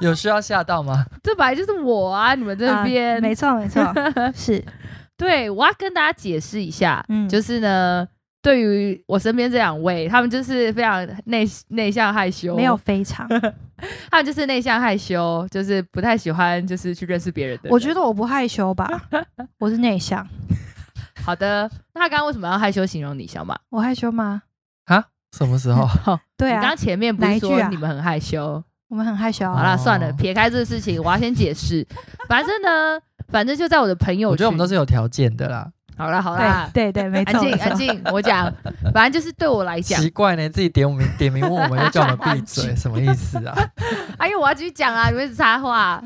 Speaker 3: 有需要吓到吗？
Speaker 2: 这本来就是我啊，你们 这边、
Speaker 1: 啊没错没错， 是，
Speaker 2: 对，我要跟大家解释一下，
Speaker 1: 嗯
Speaker 2: 就是呢，对于我身边这两位，他们就是非常内内向害羞，
Speaker 1: 没有，非常。
Speaker 2: 他们就是内向害羞，就是不太喜欢就是去认识别人的人。
Speaker 1: 我觉得我不害羞 吧，我是内向。
Speaker 2: 好的，那他刚刚为什么要害羞形容你，小马？
Speaker 1: 我害羞吗？
Speaker 3: 什么时候？
Speaker 1: 对
Speaker 2: 你刚
Speaker 1: 啊
Speaker 2: 刚，前面不
Speaker 1: 哪
Speaker 2: 是
Speaker 1: 一句
Speaker 2: 说
Speaker 1: 啊
Speaker 2: 你们很害羞？
Speaker 1: 我们很害羞。啊
Speaker 2: 好啦，
Speaker 3: 哦
Speaker 2: 算了，撇开这个事情，我要先解释。反正呢，反正就在我的朋友
Speaker 3: 我觉得我们
Speaker 2: 圈
Speaker 3: 都是有条件的啦。
Speaker 2: 好啦好啦
Speaker 1: 对，对对，没
Speaker 2: 安
Speaker 1: 错
Speaker 2: 静
Speaker 1: 没
Speaker 2: 安
Speaker 1: 错。
Speaker 2: 静，我讲，反正就是对我来讲
Speaker 3: 奇，怪呢，自己点我们点名问我们，又叫我们闭嘴，什么意思啊？
Speaker 2: 哎呦，我要继续讲啊！你们一直插话。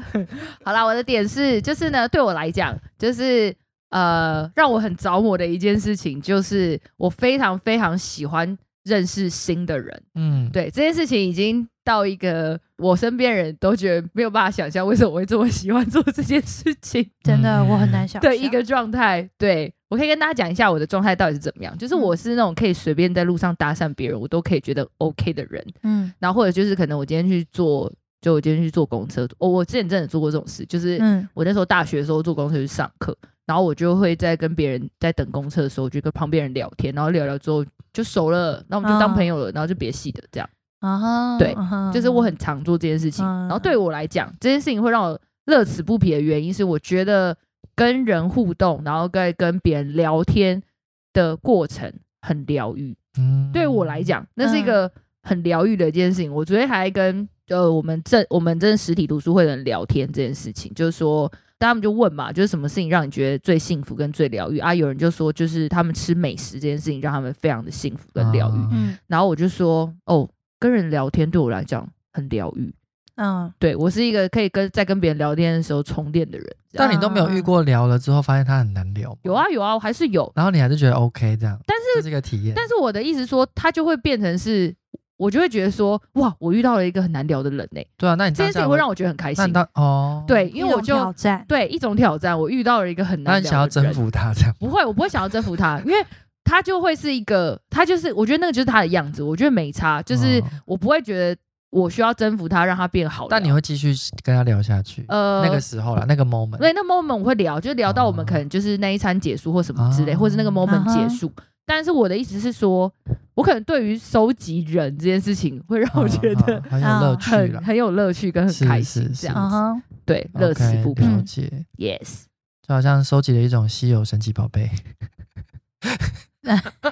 Speaker 2: 好啦，我的点是，就是呢，对我来讲，就是呃，让我很着魔的一件事情，就是我非常非常喜欢认识新的人。
Speaker 3: 嗯，
Speaker 2: 对这件事情，已经到一个我身边人都觉得没有办法想象，为什么我会这么喜欢做这件事情
Speaker 1: 真的，
Speaker 3: 嗯
Speaker 1: 我很难 想象
Speaker 2: 的一个状态。对我可以跟大家讲一下我的状态到底是怎么样，就是我是那种可以随便在路上搭讪别人，我都可以觉得 OK 的人。
Speaker 1: 嗯
Speaker 2: 然后或者就是可能我今天去坐，就我今天去坐公车，我、我之前真的做过这种事，就是
Speaker 1: 嗯
Speaker 2: 我那时候大学的时候坐公车去上课，然后我就会在跟别人在等公车的时候，我就跟旁边人聊天，然后聊聊之后就熟了，那我们就
Speaker 1: 嗯
Speaker 2: 当朋友了，然后就别系的这样，
Speaker 1: 啊哈，
Speaker 2: 呃对
Speaker 1: 啊哈
Speaker 2: 就是我很常做这件事情。
Speaker 1: 嗯
Speaker 2: 然后对我来讲，这件事情会让我乐此不疲的原因是，我觉得跟人互动，然后在跟别人聊天的过程很疗愈。
Speaker 3: 嗯
Speaker 2: 对我来，讲，那是一个很疗愈的一件事情。我昨天还跟呃我们正我们正实体读书会的人聊天这件事情，就是说，他们就问嘛，就是什么事情让你觉得最幸福跟最疗愈啊？有人就说，就是他们吃美食这件事情让他们非常的幸福跟疗愈。
Speaker 3: 啊
Speaker 1: 嗯
Speaker 2: 然后我就说，哦，跟人聊天对我来讲很疗愈，
Speaker 1: 嗯
Speaker 2: 对我是一个可以跟在跟别人聊天的时候充电的人。这样
Speaker 3: 但你都没有遇过聊了之后发现他很难聊，
Speaker 2: 有啊，有啊，我还是有，
Speaker 3: 然后你还是觉得 OK 这样，
Speaker 2: 但是
Speaker 3: 这是一个体验。
Speaker 2: 但是我的意思说，他就会变成是。我就会觉得说，哇，我遇到了一个很难聊的人呢、欸
Speaker 3: 对啊，那你
Speaker 2: 这件事情会让我觉得很开
Speaker 3: 那
Speaker 2: 心
Speaker 3: 你。当哦，，
Speaker 2: 对，因为我
Speaker 1: 一种挑
Speaker 2: 就
Speaker 1: 战，
Speaker 2: 对一种挑战，我遇到了一个很
Speaker 3: 那
Speaker 2: 难
Speaker 3: 你
Speaker 2: 聊
Speaker 3: 想要
Speaker 2: 的
Speaker 3: 征
Speaker 2: 人，
Speaker 3: 服他这样，
Speaker 2: 不会，我不会想要征服他，因为他就会是一个，他就是我觉得那个就是他的样子，我觉得没差， 就是
Speaker 3: 哦
Speaker 2: 我不会觉得我需要征服他让他变好聊。
Speaker 3: 但你会继续跟他聊下去。
Speaker 2: 呃
Speaker 3: 那个时候啦，那个 moment，
Speaker 2: 对，那 moment 我会聊，就聊到我们
Speaker 3: 哦
Speaker 2: 可能就是那一餐结束或什么之类，
Speaker 3: 哦
Speaker 2: 或是那个 moment
Speaker 1: 嗯哼
Speaker 2: 结束。但是我的意思是说，我可能对于收集人这件事情，会让我觉得
Speaker 3: 啊啊很有乐趣
Speaker 2: 很
Speaker 3: 了，
Speaker 2: 很有乐趣跟很
Speaker 3: 是
Speaker 2: 开
Speaker 3: 是
Speaker 2: 心，这
Speaker 3: 是
Speaker 2: 样
Speaker 1: 啊哈，
Speaker 2: 对，乐此
Speaker 3: OK，嗯
Speaker 2: 不疲。
Speaker 3: 了解，
Speaker 2: Yes，
Speaker 3: 就好像收集了一种稀有神奇宝贝，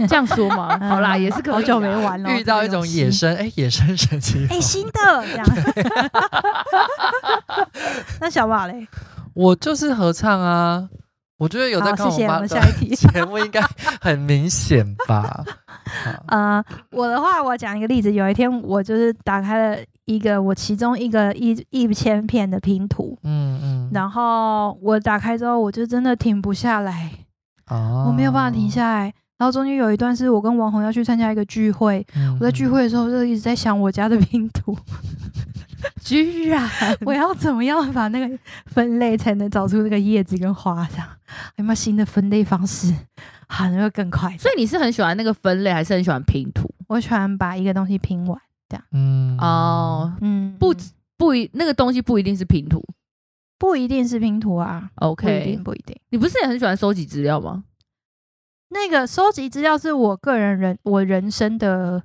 Speaker 2: 这样说吗？ 好啦，也是可以
Speaker 1: 嗯
Speaker 2: 啦。
Speaker 1: 好久没玩了，
Speaker 3: 遇到一种野生，哎，野生神奇宝
Speaker 1: 哎
Speaker 3: 贝。
Speaker 1: 新的 这样。 那小马嘞，
Speaker 3: 我就是合唱啊，我觉得有在
Speaker 1: 好，谢
Speaker 3: 看我
Speaker 1: 谢，我
Speaker 3: 妈
Speaker 1: 们
Speaker 3: 的。
Speaker 1: 下一题
Speaker 3: 节目应该很明显吧？好
Speaker 1: 呃，我的话，我讲一个例子。有一天，我就是打开了一个我其中一个一一千片的拼图，
Speaker 3: 嗯嗯，
Speaker 1: 然后我打开之后，我就真的停不下来，
Speaker 3: 哦
Speaker 1: 我没有办法停，下来。然后中间有一段是我跟王红要去参加一个聚会，
Speaker 3: 嗯
Speaker 1: 我在聚，会的时候就一直在想我家的拼图，
Speaker 2: 居然
Speaker 1: 我要怎么样把那个分类才能找出那个叶子跟花这样？有没有新的分类方式？ 好，那会更快。
Speaker 2: 所以你是很喜欢那个分类，还是很喜欢拼图？
Speaker 1: 我喜欢把一个东西拼完。
Speaker 3: 嗯嗯
Speaker 2: 哦、
Speaker 1: 嗯，
Speaker 2: 不止不一那个东西不一定是拼图。
Speaker 1: 不一定是拼图啊不一
Speaker 2: OK，
Speaker 1: 定不一定。
Speaker 2: 你不是也很喜欢收集资料吗？
Speaker 1: 那个收集资料是我个人人我人生的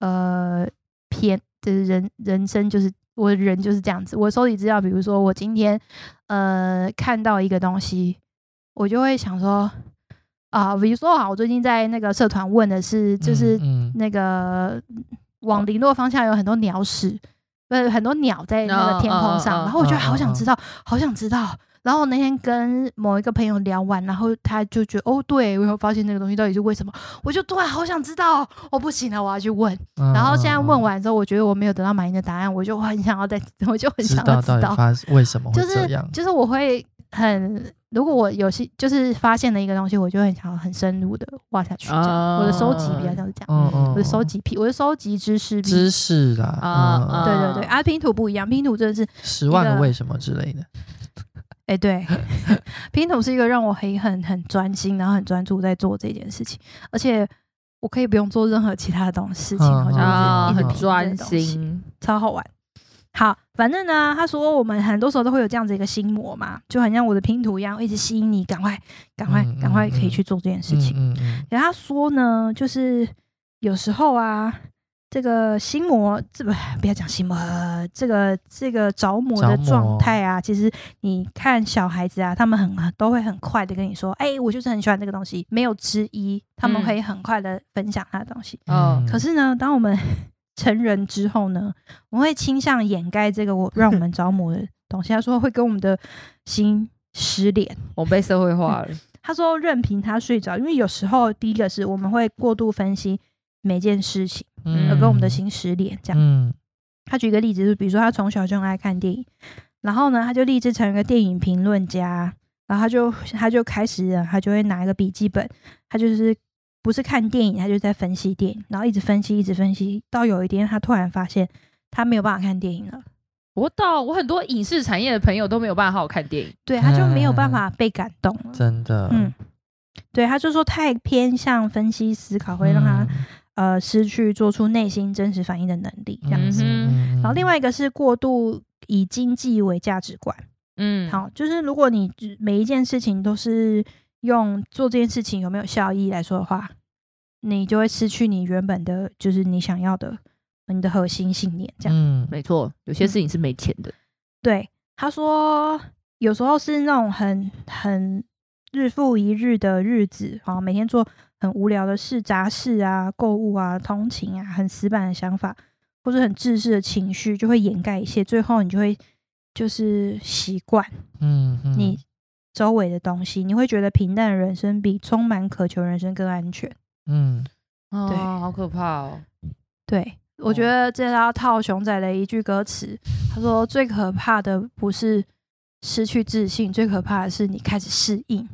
Speaker 1: 呃偏，就是人人生就是我人就是这样子。我收集资料，比如说我今天呃看到一个东西，我就会想说啊、比如说啊，我最近在那个社团问的是，就是
Speaker 3: 嗯
Speaker 1: 那个
Speaker 3: 哦
Speaker 1: 往零落方向有很多鸟屎，呃，很多鸟在那个天空上，
Speaker 2: 嗯嗯
Speaker 3: 哦
Speaker 2: 嗯
Speaker 1: 然后我就好
Speaker 3: 嗯
Speaker 1: 想
Speaker 3: 嗯
Speaker 1: 知道，好想知道然后我那天跟某一个朋友聊完，然后他就觉得哦，对我有发现那个东西到底是为什么，我就突然好想知道哦，哦不行了，我要去问。
Speaker 3: 嗯
Speaker 1: 然后现在问
Speaker 3: 我，
Speaker 1: 完之后，我觉得我没有得到满意的答案，我就很想要再， 我就很
Speaker 3: 知
Speaker 1: 想要
Speaker 3: 道
Speaker 1: 知
Speaker 3: 到底
Speaker 1: 道，
Speaker 3: 发为什么会
Speaker 1: 就
Speaker 3: 这
Speaker 1: 是
Speaker 3: 样？
Speaker 1: 就是我会很，如果我有些就是发现了一个东西，我就很想要很深入的挖下去这样。我的收集比较像是这样，
Speaker 3: 嗯嗯，
Speaker 1: 我的收
Speaker 3: 嗯
Speaker 1: 集癖，我的收集知识癖。
Speaker 3: 知识啦，
Speaker 2: 啊
Speaker 3: 啊，
Speaker 1: 对对
Speaker 2: 啊
Speaker 1: 对，啊，拼图不一样，拼图真的是，
Speaker 3: 十万
Speaker 1: 一
Speaker 3: 个
Speaker 1: 个
Speaker 3: 为什么之类的。
Speaker 1: 哎、 对，拼图是一个让我可以很很专心，然后很专注在做这件事情，而且我可以不用做任何其他的东事情，
Speaker 3: 嗯
Speaker 1: 好
Speaker 2: 啊，
Speaker 1: 像就是一直
Speaker 2: 很
Speaker 1: 拼
Speaker 2: 专
Speaker 1: 这个东西，
Speaker 2: 心，
Speaker 1: 超好玩。好，反正呢，他说我们很多时候都会有这样子一个心魔嘛，就很像我的拼图一样，一直吸引你，赶快、赶快
Speaker 3: 嗯、
Speaker 1: 赶快可
Speaker 3: 嗯
Speaker 1: 以去做这件事情。
Speaker 3: 嗯嗯
Speaker 1: 然后他说呢，就是有时候啊，这个心魔，这不不要讲心魔，呃这个这个着魔的
Speaker 3: 着魔
Speaker 1: 状态啊，其实你看小孩子啊，他们很都会很快的跟你说，哎、我就是很喜欢这个东西，没有之一，他们
Speaker 2: 嗯
Speaker 1: 可以很快的分享他的东西。
Speaker 2: 嗯
Speaker 3: 嗯，
Speaker 1: 可是呢，当我们 成人之后呢，我们会倾向掩盖这个我让我 们着魔的东西。他说会跟我们的心失联。
Speaker 2: 我被社会化了，
Speaker 1: 他说任凭他睡着，因为有时候第一个是我们会过度分析每件事情，而呃跟我们的心失联。这样，
Speaker 3: 嗯
Speaker 1: 他举一个例子，就是比如说他从小就很爱看电影，然后呢，他就立志成为一个电影评论家，然后他就他就开始了，他就会拿一个笔记本，他就是。不是看电影，他就在分析电影，然后一直分析，一直分析，到有一天他突然发现他没有办法看电影了，
Speaker 2: 我懂，我很多影视产业的朋友都没有办法好好看电影，
Speaker 1: 对，他就没有办
Speaker 3: 嗯
Speaker 1: 法被感动了。
Speaker 3: 真的，
Speaker 1: 嗯，对，他就说太偏向分析思考，会让他、
Speaker 3: 嗯
Speaker 1: 呃失去做出内心真实反应的能力这样子。
Speaker 3: 嗯
Speaker 1: 然后另外一个是过度以经济为价值观，
Speaker 2: 嗯，，
Speaker 1: 好，就是如果你只每一件事情都是用做这件事情有没有效益来说的话，你就会失去你原本的，就是你想要的呃你的核心信念这样。
Speaker 3: 嗯
Speaker 2: 没错，有些事情是没钱的，
Speaker 1: 对，他说有时候是那种很很日复一日的日子，啊，每天做很无聊的事、杂事啊、购物啊、通勤啊，很死板的想法，或者很自私的情绪，就会掩盖一切，最后你就会就是习惯
Speaker 3: 嗯嗯
Speaker 1: 你周围的东西，你会觉得平淡的人生比充满渴求的人生更安全。
Speaker 3: 嗯
Speaker 2: 哦
Speaker 1: 对，
Speaker 2: 好可怕哦，
Speaker 1: 对，我觉
Speaker 2: 哦
Speaker 1: 得这是要套熊仔的一句歌词，他说最可怕的不是失去自信，最可怕的是你开始适应。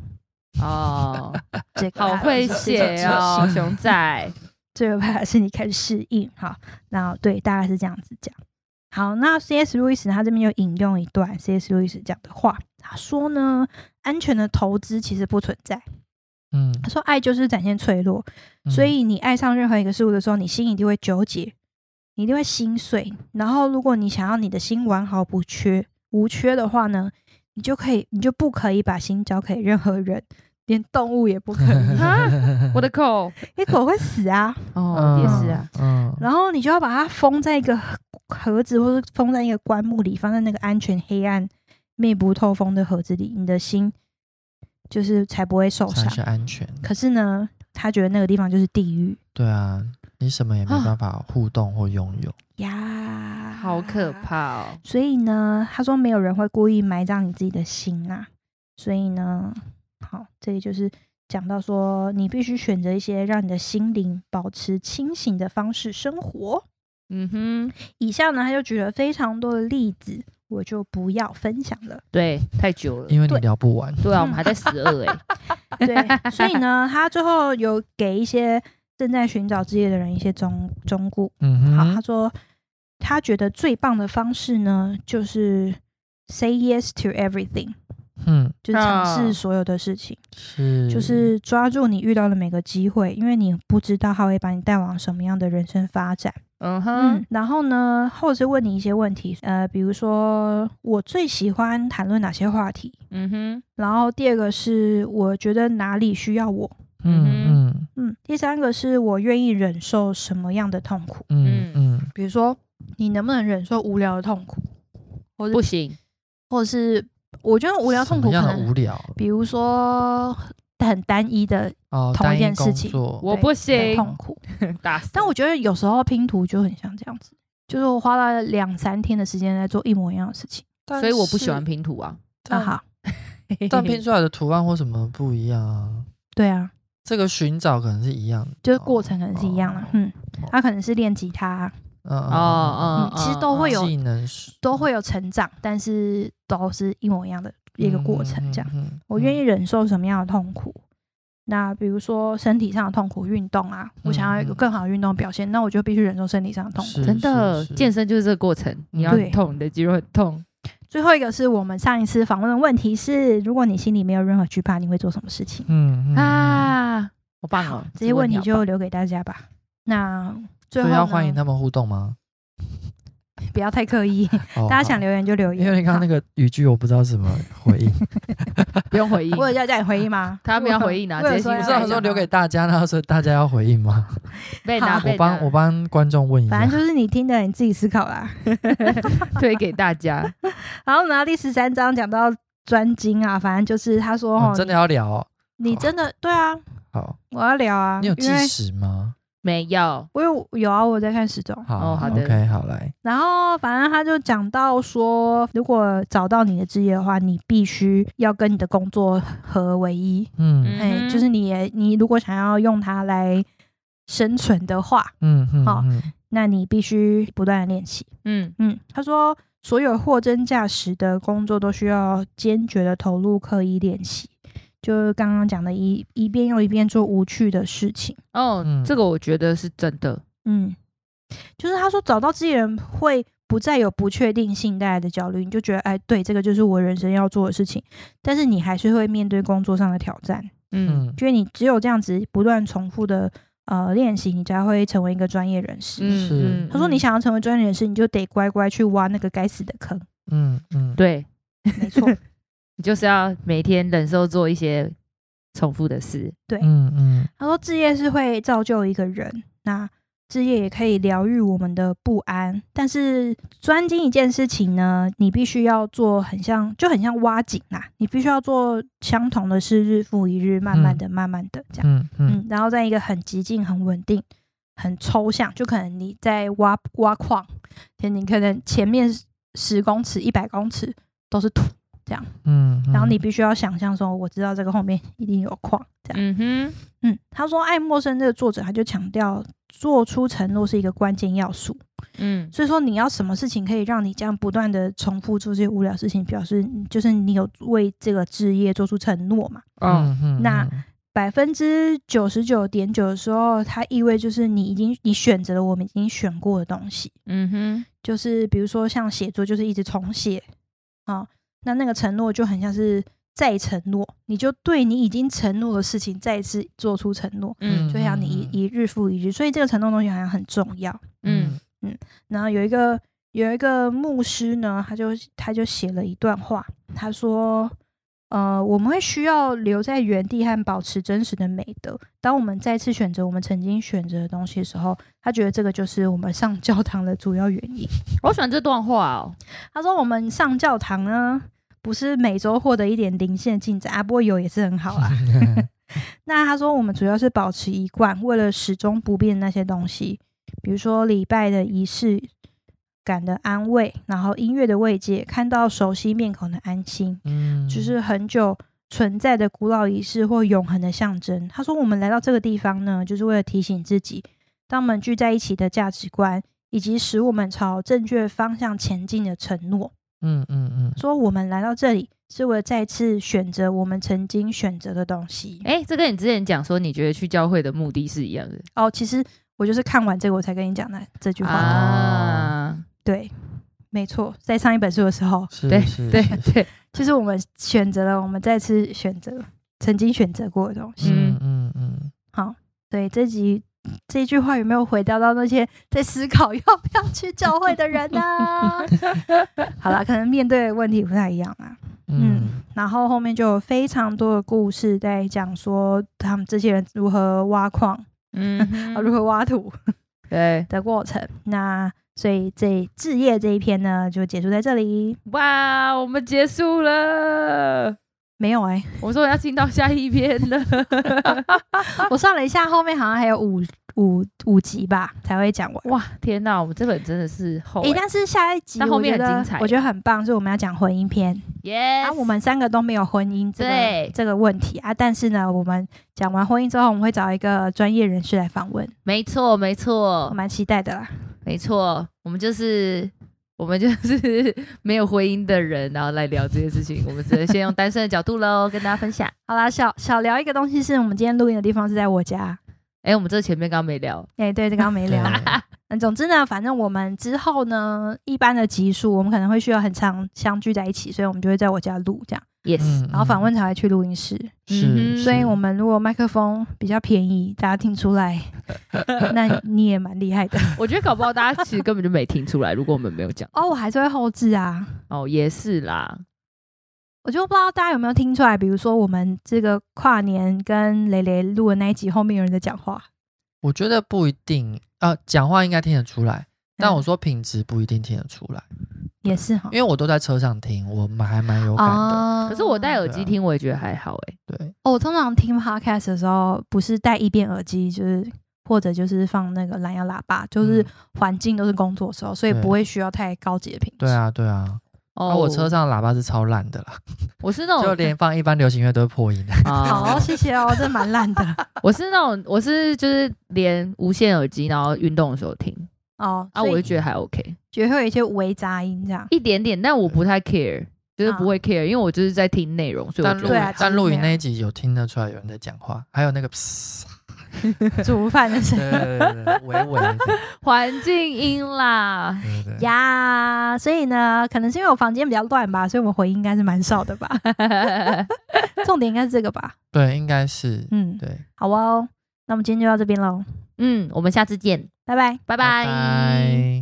Speaker 2: 哦，
Speaker 1: 最可怕
Speaker 2: 好
Speaker 1: 的
Speaker 2: 会
Speaker 1: 是
Speaker 2: 写
Speaker 1: 这
Speaker 2: 哦，熊 仔，
Speaker 1: 最可怕的是你开始适应。好，那对，大概是这样子讲。好，那 C.S. 路易斯他这边就引用一段 C.S. 路易斯讲的话，他说呢，安全的投资其实不存在。
Speaker 3: 嗯
Speaker 1: 他说，爱就是展现脆弱，
Speaker 3: 嗯，
Speaker 1: 所以你爱上任何一个事物的时候，你心一定会纠结，你一定会心碎。然后，如果你想要你的心完好不缺、无缺的话呢，你就可以，你就不可以把心交给任何人，连动物也不可以，
Speaker 2: 啊，我的口，
Speaker 1: 因为狗会死啊。
Speaker 2: 哦，也是啊，，
Speaker 3: 嗯，
Speaker 1: 然后你就要把它封在一个盒子，或是封在一个棺木里，放在那个安全、黑暗、密不透风的盒子里，你的心就是才不会受
Speaker 3: 才
Speaker 1: 伤
Speaker 3: 是。安全，
Speaker 1: 可是呢，他觉得那个地方就是地狱
Speaker 3: 对啊，你什么也没
Speaker 2: 啊
Speaker 3: 办法互动或拥有，
Speaker 1: 呀，
Speaker 2: 好可。怕哦，
Speaker 1: 所以呢，他说没有人会故意埋葬你自己的心啊。所以呢，好，这里就是讲到说，你必须选择一些让你的心灵保持清醒的方式生活。
Speaker 2: 嗯哼，
Speaker 1: 以下呢，他就举了非常多的例子，我就不要分享了。
Speaker 2: 对，太久了，
Speaker 3: 因为你
Speaker 1: 对
Speaker 3: 聊不完，
Speaker 2: 对啊，我们还在十二 哎，
Speaker 1: 对，所以呢，他最后有给一些正在寻找职业的人一些忠忠告。
Speaker 3: 嗯
Speaker 1: 好，他
Speaker 3: 哼，
Speaker 1: 说他觉得最棒的方式呢，就是 say yes to everything，
Speaker 3: 嗯，
Speaker 1: 就是尝
Speaker 2: 啊
Speaker 1: 试所有的事情，
Speaker 3: 是，
Speaker 1: 就是抓住你遇到的每个机会，因为你不知道他会把你带往什么样的人生发展。
Speaker 2: 嗯
Speaker 1: 嗯
Speaker 2: 哼，，
Speaker 1: 然后呢，或者是问你一些问题，呃，比如说我最喜欢谈论哪些话题，
Speaker 2: 嗯哼，
Speaker 1: 然后第二个是我觉得哪里需要我，
Speaker 3: 嗯嗯
Speaker 1: 嗯，第三个是我愿意忍受什么样的痛苦，
Speaker 3: 嗯嗯
Speaker 1: 比如说你能不能忍受无聊的痛苦，或者
Speaker 2: 不行，
Speaker 1: 或者是我觉得无聊
Speaker 3: 什
Speaker 1: 痛
Speaker 3: 么
Speaker 1: 苦可
Speaker 3: 样的无
Speaker 1: 能，
Speaker 3: 聊
Speaker 1: 比如说很单一的
Speaker 3: 哦，
Speaker 1: 同一
Speaker 3: 单
Speaker 1: 件事
Speaker 3: 工
Speaker 1: 情
Speaker 3: 作
Speaker 2: 我
Speaker 1: 对
Speaker 2: 不
Speaker 1: 的
Speaker 2: 行，
Speaker 1: 痛苦，
Speaker 2: 打死，
Speaker 1: 但我觉得有时候拼图就很像这样子，就是我花了两三天的时间在做一模一样的事情，
Speaker 2: 所以我不喜欢拼图啊，
Speaker 1: 那好。
Speaker 3: 但拼出来的图案或什么不一样啊。
Speaker 1: 对啊，
Speaker 3: 这个寻找可能是一样的，
Speaker 1: 就是过程可能是一样的
Speaker 3: 哦。
Speaker 1: 嗯，他可能是练吉他，啊
Speaker 3: 嗯
Speaker 2: 哦
Speaker 3: 哦
Speaker 2: 哦，
Speaker 1: 嗯其实都会有
Speaker 3: 技能是
Speaker 1: 都会有成长，但是都是一模一样的一个过程。这样，，
Speaker 3: 嗯嗯嗯
Speaker 1: 我愿意
Speaker 3: 嗯
Speaker 1: 忍受什么样的痛苦？那比如说身体上的痛苦，运动啊，我想要有一个
Speaker 3: 嗯嗯
Speaker 1: 更好的运动表现，那我就必须忍受身体上的痛苦。
Speaker 3: 是
Speaker 2: 真的
Speaker 3: 是是
Speaker 2: 健身就是这个过程，你要
Speaker 1: 对
Speaker 2: 很痛，你的肌肉很痛。
Speaker 1: 最后一个是我们上一次访问的问题是：如果你心里没有任何惧怕，你会做什么事情？
Speaker 3: 嗯嗯啊，
Speaker 2: 啊，好棒
Speaker 1: 好
Speaker 2: 哦！
Speaker 1: 这些问题
Speaker 2: 好棒
Speaker 1: 就留给大家吧。那最
Speaker 3: 所
Speaker 1: 后
Speaker 3: 以
Speaker 1: 呢
Speaker 3: 要欢迎他们互动吗？
Speaker 1: 不要太刻意，
Speaker 3: 哦
Speaker 1: 大家想
Speaker 3: 好
Speaker 1: 留言就留言。
Speaker 3: 因为你刚刚那
Speaker 1: 个，
Speaker 3: 个语句，我不知道怎么 回应。
Speaker 2: 不用回应，
Speaker 1: 我有要叫你回应吗？
Speaker 2: 他没有回应 啊
Speaker 1: 我有
Speaker 2: 直接
Speaker 1: 说
Speaker 2: 听
Speaker 1: 要讲
Speaker 2: 不到
Speaker 3: 不是，他
Speaker 1: 吗
Speaker 3: 说留给大家，然后说大家要回应吗？
Speaker 2: 被拿
Speaker 1: 好
Speaker 2: 被
Speaker 3: 我帮我帮观众问一
Speaker 1: 啊反
Speaker 3: 下。
Speaker 1: 正就是你听的，你自己思考啦。
Speaker 2: 推给大 家，
Speaker 1: 然后呢，第十三章讲到专精啊，反正就是他说
Speaker 3: 嗯
Speaker 1: 哦，
Speaker 3: 真的要聊哦，
Speaker 1: 你你真的对啊，
Speaker 3: 好，
Speaker 1: 我要聊啊，
Speaker 3: 你有
Speaker 1: 因
Speaker 3: 计
Speaker 1: 为
Speaker 3: 时吗？
Speaker 2: 没有
Speaker 1: 我有有啊，我在看时钟。
Speaker 3: 好，
Speaker 2: 哦好的
Speaker 3: OK，好来，
Speaker 1: 然后反正他就讲到说，如果找到你的职业的话，你必须要跟你的工作合为一。
Speaker 3: 嗯
Speaker 1: 哎、
Speaker 2: 嗯
Speaker 1: 就是你也你如果想要用它来生存的话，
Speaker 3: 嗯嗯
Speaker 1: 好
Speaker 3: 嗯
Speaker 1: 那你必须不断的练习。
Speaker 2: 嗯
Speaker 1: 嗯，他说所有货真价实的工作都需要坚决的投入刻意练习，就是刚刚讲的一一遍又一遍做无趣的事情。
Speaker 2: 哦
Speaker 3: 嗯，
Speaker 2: 这个我觉得是真的，
Speaker 1: 嗯，就是他说找到自己人会不再有不确定性带来的焦虑，你就觉得哎，对，这个就是我人生要做的事情，但是你还是会面对工作上的挑战。
Speaker 2: 嗯
Speaker 3: 嗯
Speaker 1: 因为你只有这样子不断重复的呃练习，你才会成为一个专业人士。
Speaker 2: 嗯
Speaker 3: 是
Speaker 2: 嗯
Speaker 1: 他说：“你
Speaker 2: 嗯
Speaker 1: 想要成为专业人士，你就得乖乖去挖那个该死的坑。
Speaker 3: 嗯嗯，
Speaker 2: 对
Speaker 1: 没 错，
Speaker 2: 你就是要每天忍受做一些重复的事，
Speaker 3: 嗯嗯
Speaker 1: 他说：“置业是会造就一个人，那置业也可以疗愈我们的不安。但是专精一件事情呢，你必须要做很像，就很像挖井啦，你必须要做相同的事，日复一日，慢慢的、慢慢的这样。
Speaker 3: 嗯嗯，
Speaker 1: 嗯，然后在一个很激进、很稳定、很抽象，就可能你在挖挖矿，前你可能前面十公尺、一百公尺都是土，
Speaker 3: 嗯，嗯
Speaker 1: 然后你必须要想象说，我知道这个后面一定有矿，这样。
Speaker 2: 嗯哼，
Speaker 1: 嗯，他说爱默生这个作者他就强调，做出承诺是一个关键要素，
Speaker 2: 嗯
Speaker 1: 所以说你要什么事情可以让你这样不断的重复做这些无聊事情，表示你就是你有为这个置业做出承诺嘛。
Speaker 2: 哦，
Speaker 3: 嗯
Speaker 1: 那
Speaker 3: 嗯
Speaker 1: 百分之九十九点九的时候，它意味就是你已经你选择了我们已经选过的东西，
Speaker 2: 嗯哼，
Speaker 1: 就是比如说像写作，就是一直重写啊、那那个承诺就很像是再承诺，你就对你已经承诺的事情再一次做出承诺，
Speaker 2: 嗯
Speaker 1: 就像你一一日复一日，所以这个承诺的东西好像很重要。
Speaker 2: 嗯
Speaker 1: 然后有一个有一个牧师呢，他就他就写了一段话，他说：“呃，我们会需要留在原地和保持真实的美德。当我们再次选择我们曾经选择的东西的时候，他觉得这个就是我们上 教堂的主要原因。
Speaker 2: 我喜欢这段话哦，
Speaker 1: 他说，我们上教堂呢，不是每周获得一点零线进展啊，不过有也是很好啦。那他说，我们主要是保持一贯，为了始终不变的那些东西，比如说礼拜的仪式感的安慰，然后音乐的慰藉，看到熟悉面孔的安心，
Speaker 3: 嗯，
Speaker 1: 就是很久存在的古老仪式或永恒的象征。他说，我们来到这个地方呢，就是为了提醒自己，当我们聚在一起的价值观，以及使我们朝正确方向前进的承诺。
Speaker 3: 嗯嗯嗯，
Speaker 1: 说我们来到这里是为了再次选择我们曾经选择的东西。
Speaker 2: 哎，这跟你之前讲说你觉得去教会的目的是一样的
Speaker 1: 哦，其实我就是看完这个我才跟你讲的这句话的。
Speaker 2: 啊，
Speaker 1: 对，没错，在上一本书的时候，
Speaker 3: 是
Speaker 2: 对
Speaker 3: 是
Speaker 2: 对
Speaker 3: 是
Speaker 2: 对，
Speaker 1: 就是我们选择了我们再次选择曾经选择过的东西。
Speaker 3: 嗯嗯嗯，
Speaker 1: 所以这集这句话有没有回答到那些在思考要不要去教会的人呢、 好了，可能面对的问题不太一样啦。嗯
Speaker 3: 嗯，
Speaker 1: 然后后面就有非常多的故事在讲说他们这些人如何挖矿
Speaker 2: 嗯
Speaker 1: 啊，
Speaker 2: 哼，
Speaker 1: 如何挖土
Speaker 2: 对，
Speaker 1: 的过程。那所以这置业这一篇呢，就结束在这里。
Speaker 2: 哇，我们结束了。
Speaker 1: 没有哎、
Speaker 2: 我说我要进到下一篇了，啊
Speaker 1: 我算了一下，后面好像还有五五五集吧才会讲完。
Speaker 2: 哇，天哪，我们这本真的是厚
Speaker 1: 诶、
Speaker 2: 欸，
Speaker 1: 但是下一集
Speaker 2: 但后面
Speaker 1: 我觉得
Speaker 2: 很精彩
Speaker 1: 我觉得很棒，所以我们要讲婚姻篇。
Speaker 2: 耶、
Speaker 1: 啊，我们三个都没有婚姻这个
Speaker 2: 对
Speaker 1: 这个问题啊，但是呢，我们讲完婚姻之后，我们会找一个专业人士来访问，
Speaker 2: 没错，没
Speaker 1: 我
Speaker 2: 错，
Speaker 1: 蛮期待的啦。
Speaker 2: 没错，我们就是我们就是 没有婚姻的人，然后来聊这些事情。我们只能先用单身的角度喽，跟大家分享。
Speaker 1: 好啦，小小聊一个东西，是我们今天录音的地方是在我家。
Speaker 2: 哎、我们这前面刚刚没聊，
Speaker 1: 哎、对，这刚刚没
Speaker 3: 对啊
Speaker 1: 聊。嗯，总之呢，反正我们之后呢，一般的集数我们可能会需要很长相聚在一起，所以我们就会在我家录这样，
Speaker 2: yes，、
Speaker 3: 嗯
Speaker 1: 然后访问才会去录音室。
Speaker 2: 嗯
Speaker 3: 是，
Speaker 2: 哼
Speaker 1: 所以我们如果麦克风比较便宜，大家听出 来，那你也蛮厉害的。
Speaker 2: 我觉得搞不好大家其实根本就没听出来，如果我们没有讲，
Speaker 1: 哦，我还是会后置啊。
Speaker 2: 哦，也是啦，
Speaker 1: 我就不知道大家有没有听出来，比如说我们这个跨年跟蕾蕾录的那一集，后面有人在讲话。
Speaker 3: 我觉得不一定啊，呃讲话应该听得出来，但我
Speaker 1: 嗯
Speaker 3: 说品质不一定听得出来，
Speaker 1: 也是哈
Speaker 3: 因，为我都在车上听，我蛮还蛮有感的。
Speaker 1: 哦
Speaker 2: 可是我戴耳
Speaker 3: 对
Speaker 2: 机
Speaker 3: 啊
Speaker 2: 听，我也觉得还好、欸，哎，
Speaker 3: 对，
Speaker 1: 哦，我通常听 podcast 的时候，不是戴一边耳机，就是或者就是放那个蓝牙喇叭，就是
Speaker 3: 嗯
Speaker 1: 环境都是工作的时候，所以
Speaker 3: 对
Speaker 1: 不会需要太高级的品质。
Speaker 3: 对，啊，对啊。
Speaker 2: 哦
Speaker 3: 而我车上喇叭是超烂的啦，
Speaker 2: 我是那
Speaker 3: 就
Speaker 2: 种
Speaker 3: 连放一般流行乐都会破音的。
Speaker 1: 好，
Speaker 2: 哦，
Speaker 1: 谢谢哦，这蛮烂的
Speaker 2: 我是那种我是就是连无线耳机，然后运动的时候听
Speaker 1: 哦。
Speaker 2: 啊，
Speaker 1: 所
Speaker 2: 我
Speaker 1: 以
Speaker 2: 就觉得还 OK，
Speaker 1: 觉得会有一些微杂音这样。
Speaker 2: 一点点，但我不太 care，就
Speaker 1: 嗯
Speaker 2: 是
Speaker 1: 啊
Speaker 2: 不会 care，因为我就是在听内容，所以我
Speaker 3: 但
Speaker 2: 觉
Speaker 3: 录
Speaker 1: 对
Speaker 2: 得
Speaker 1: 啊
Speaker 3: 但录
Speaker 1: 真
Speaker 3: 影
Speaker 1: 的
Speaker 3: 那一集有听得出来有人在讲话，还有那个，
Speaker 1: 煮饭的声
Speaker 3: 对
Speaker 1: 音。
Speaker 3: 对对对对，微微的这样，
Speaker 2: 环境 音啦。
Speaker 3: 对对对。
Speaker 1: 呀所以呢，可能是因为我房间比较乱吧，所以我回音应该是蛮少的吧。 重点应该是这个吧。
Speaker 3: 对，应该是
Speaker 1: 嗯，
Speaker 3: 对。
Speaker 1: 好哦，那我们今天就到这边喽，
Speaker 2: 嗯，我们下次见，
Speaker 1: 拜拜。
Speaker 2: 拜
Speaker 3: 拜
Speaker 2: 拜。
Speaker 3: 拜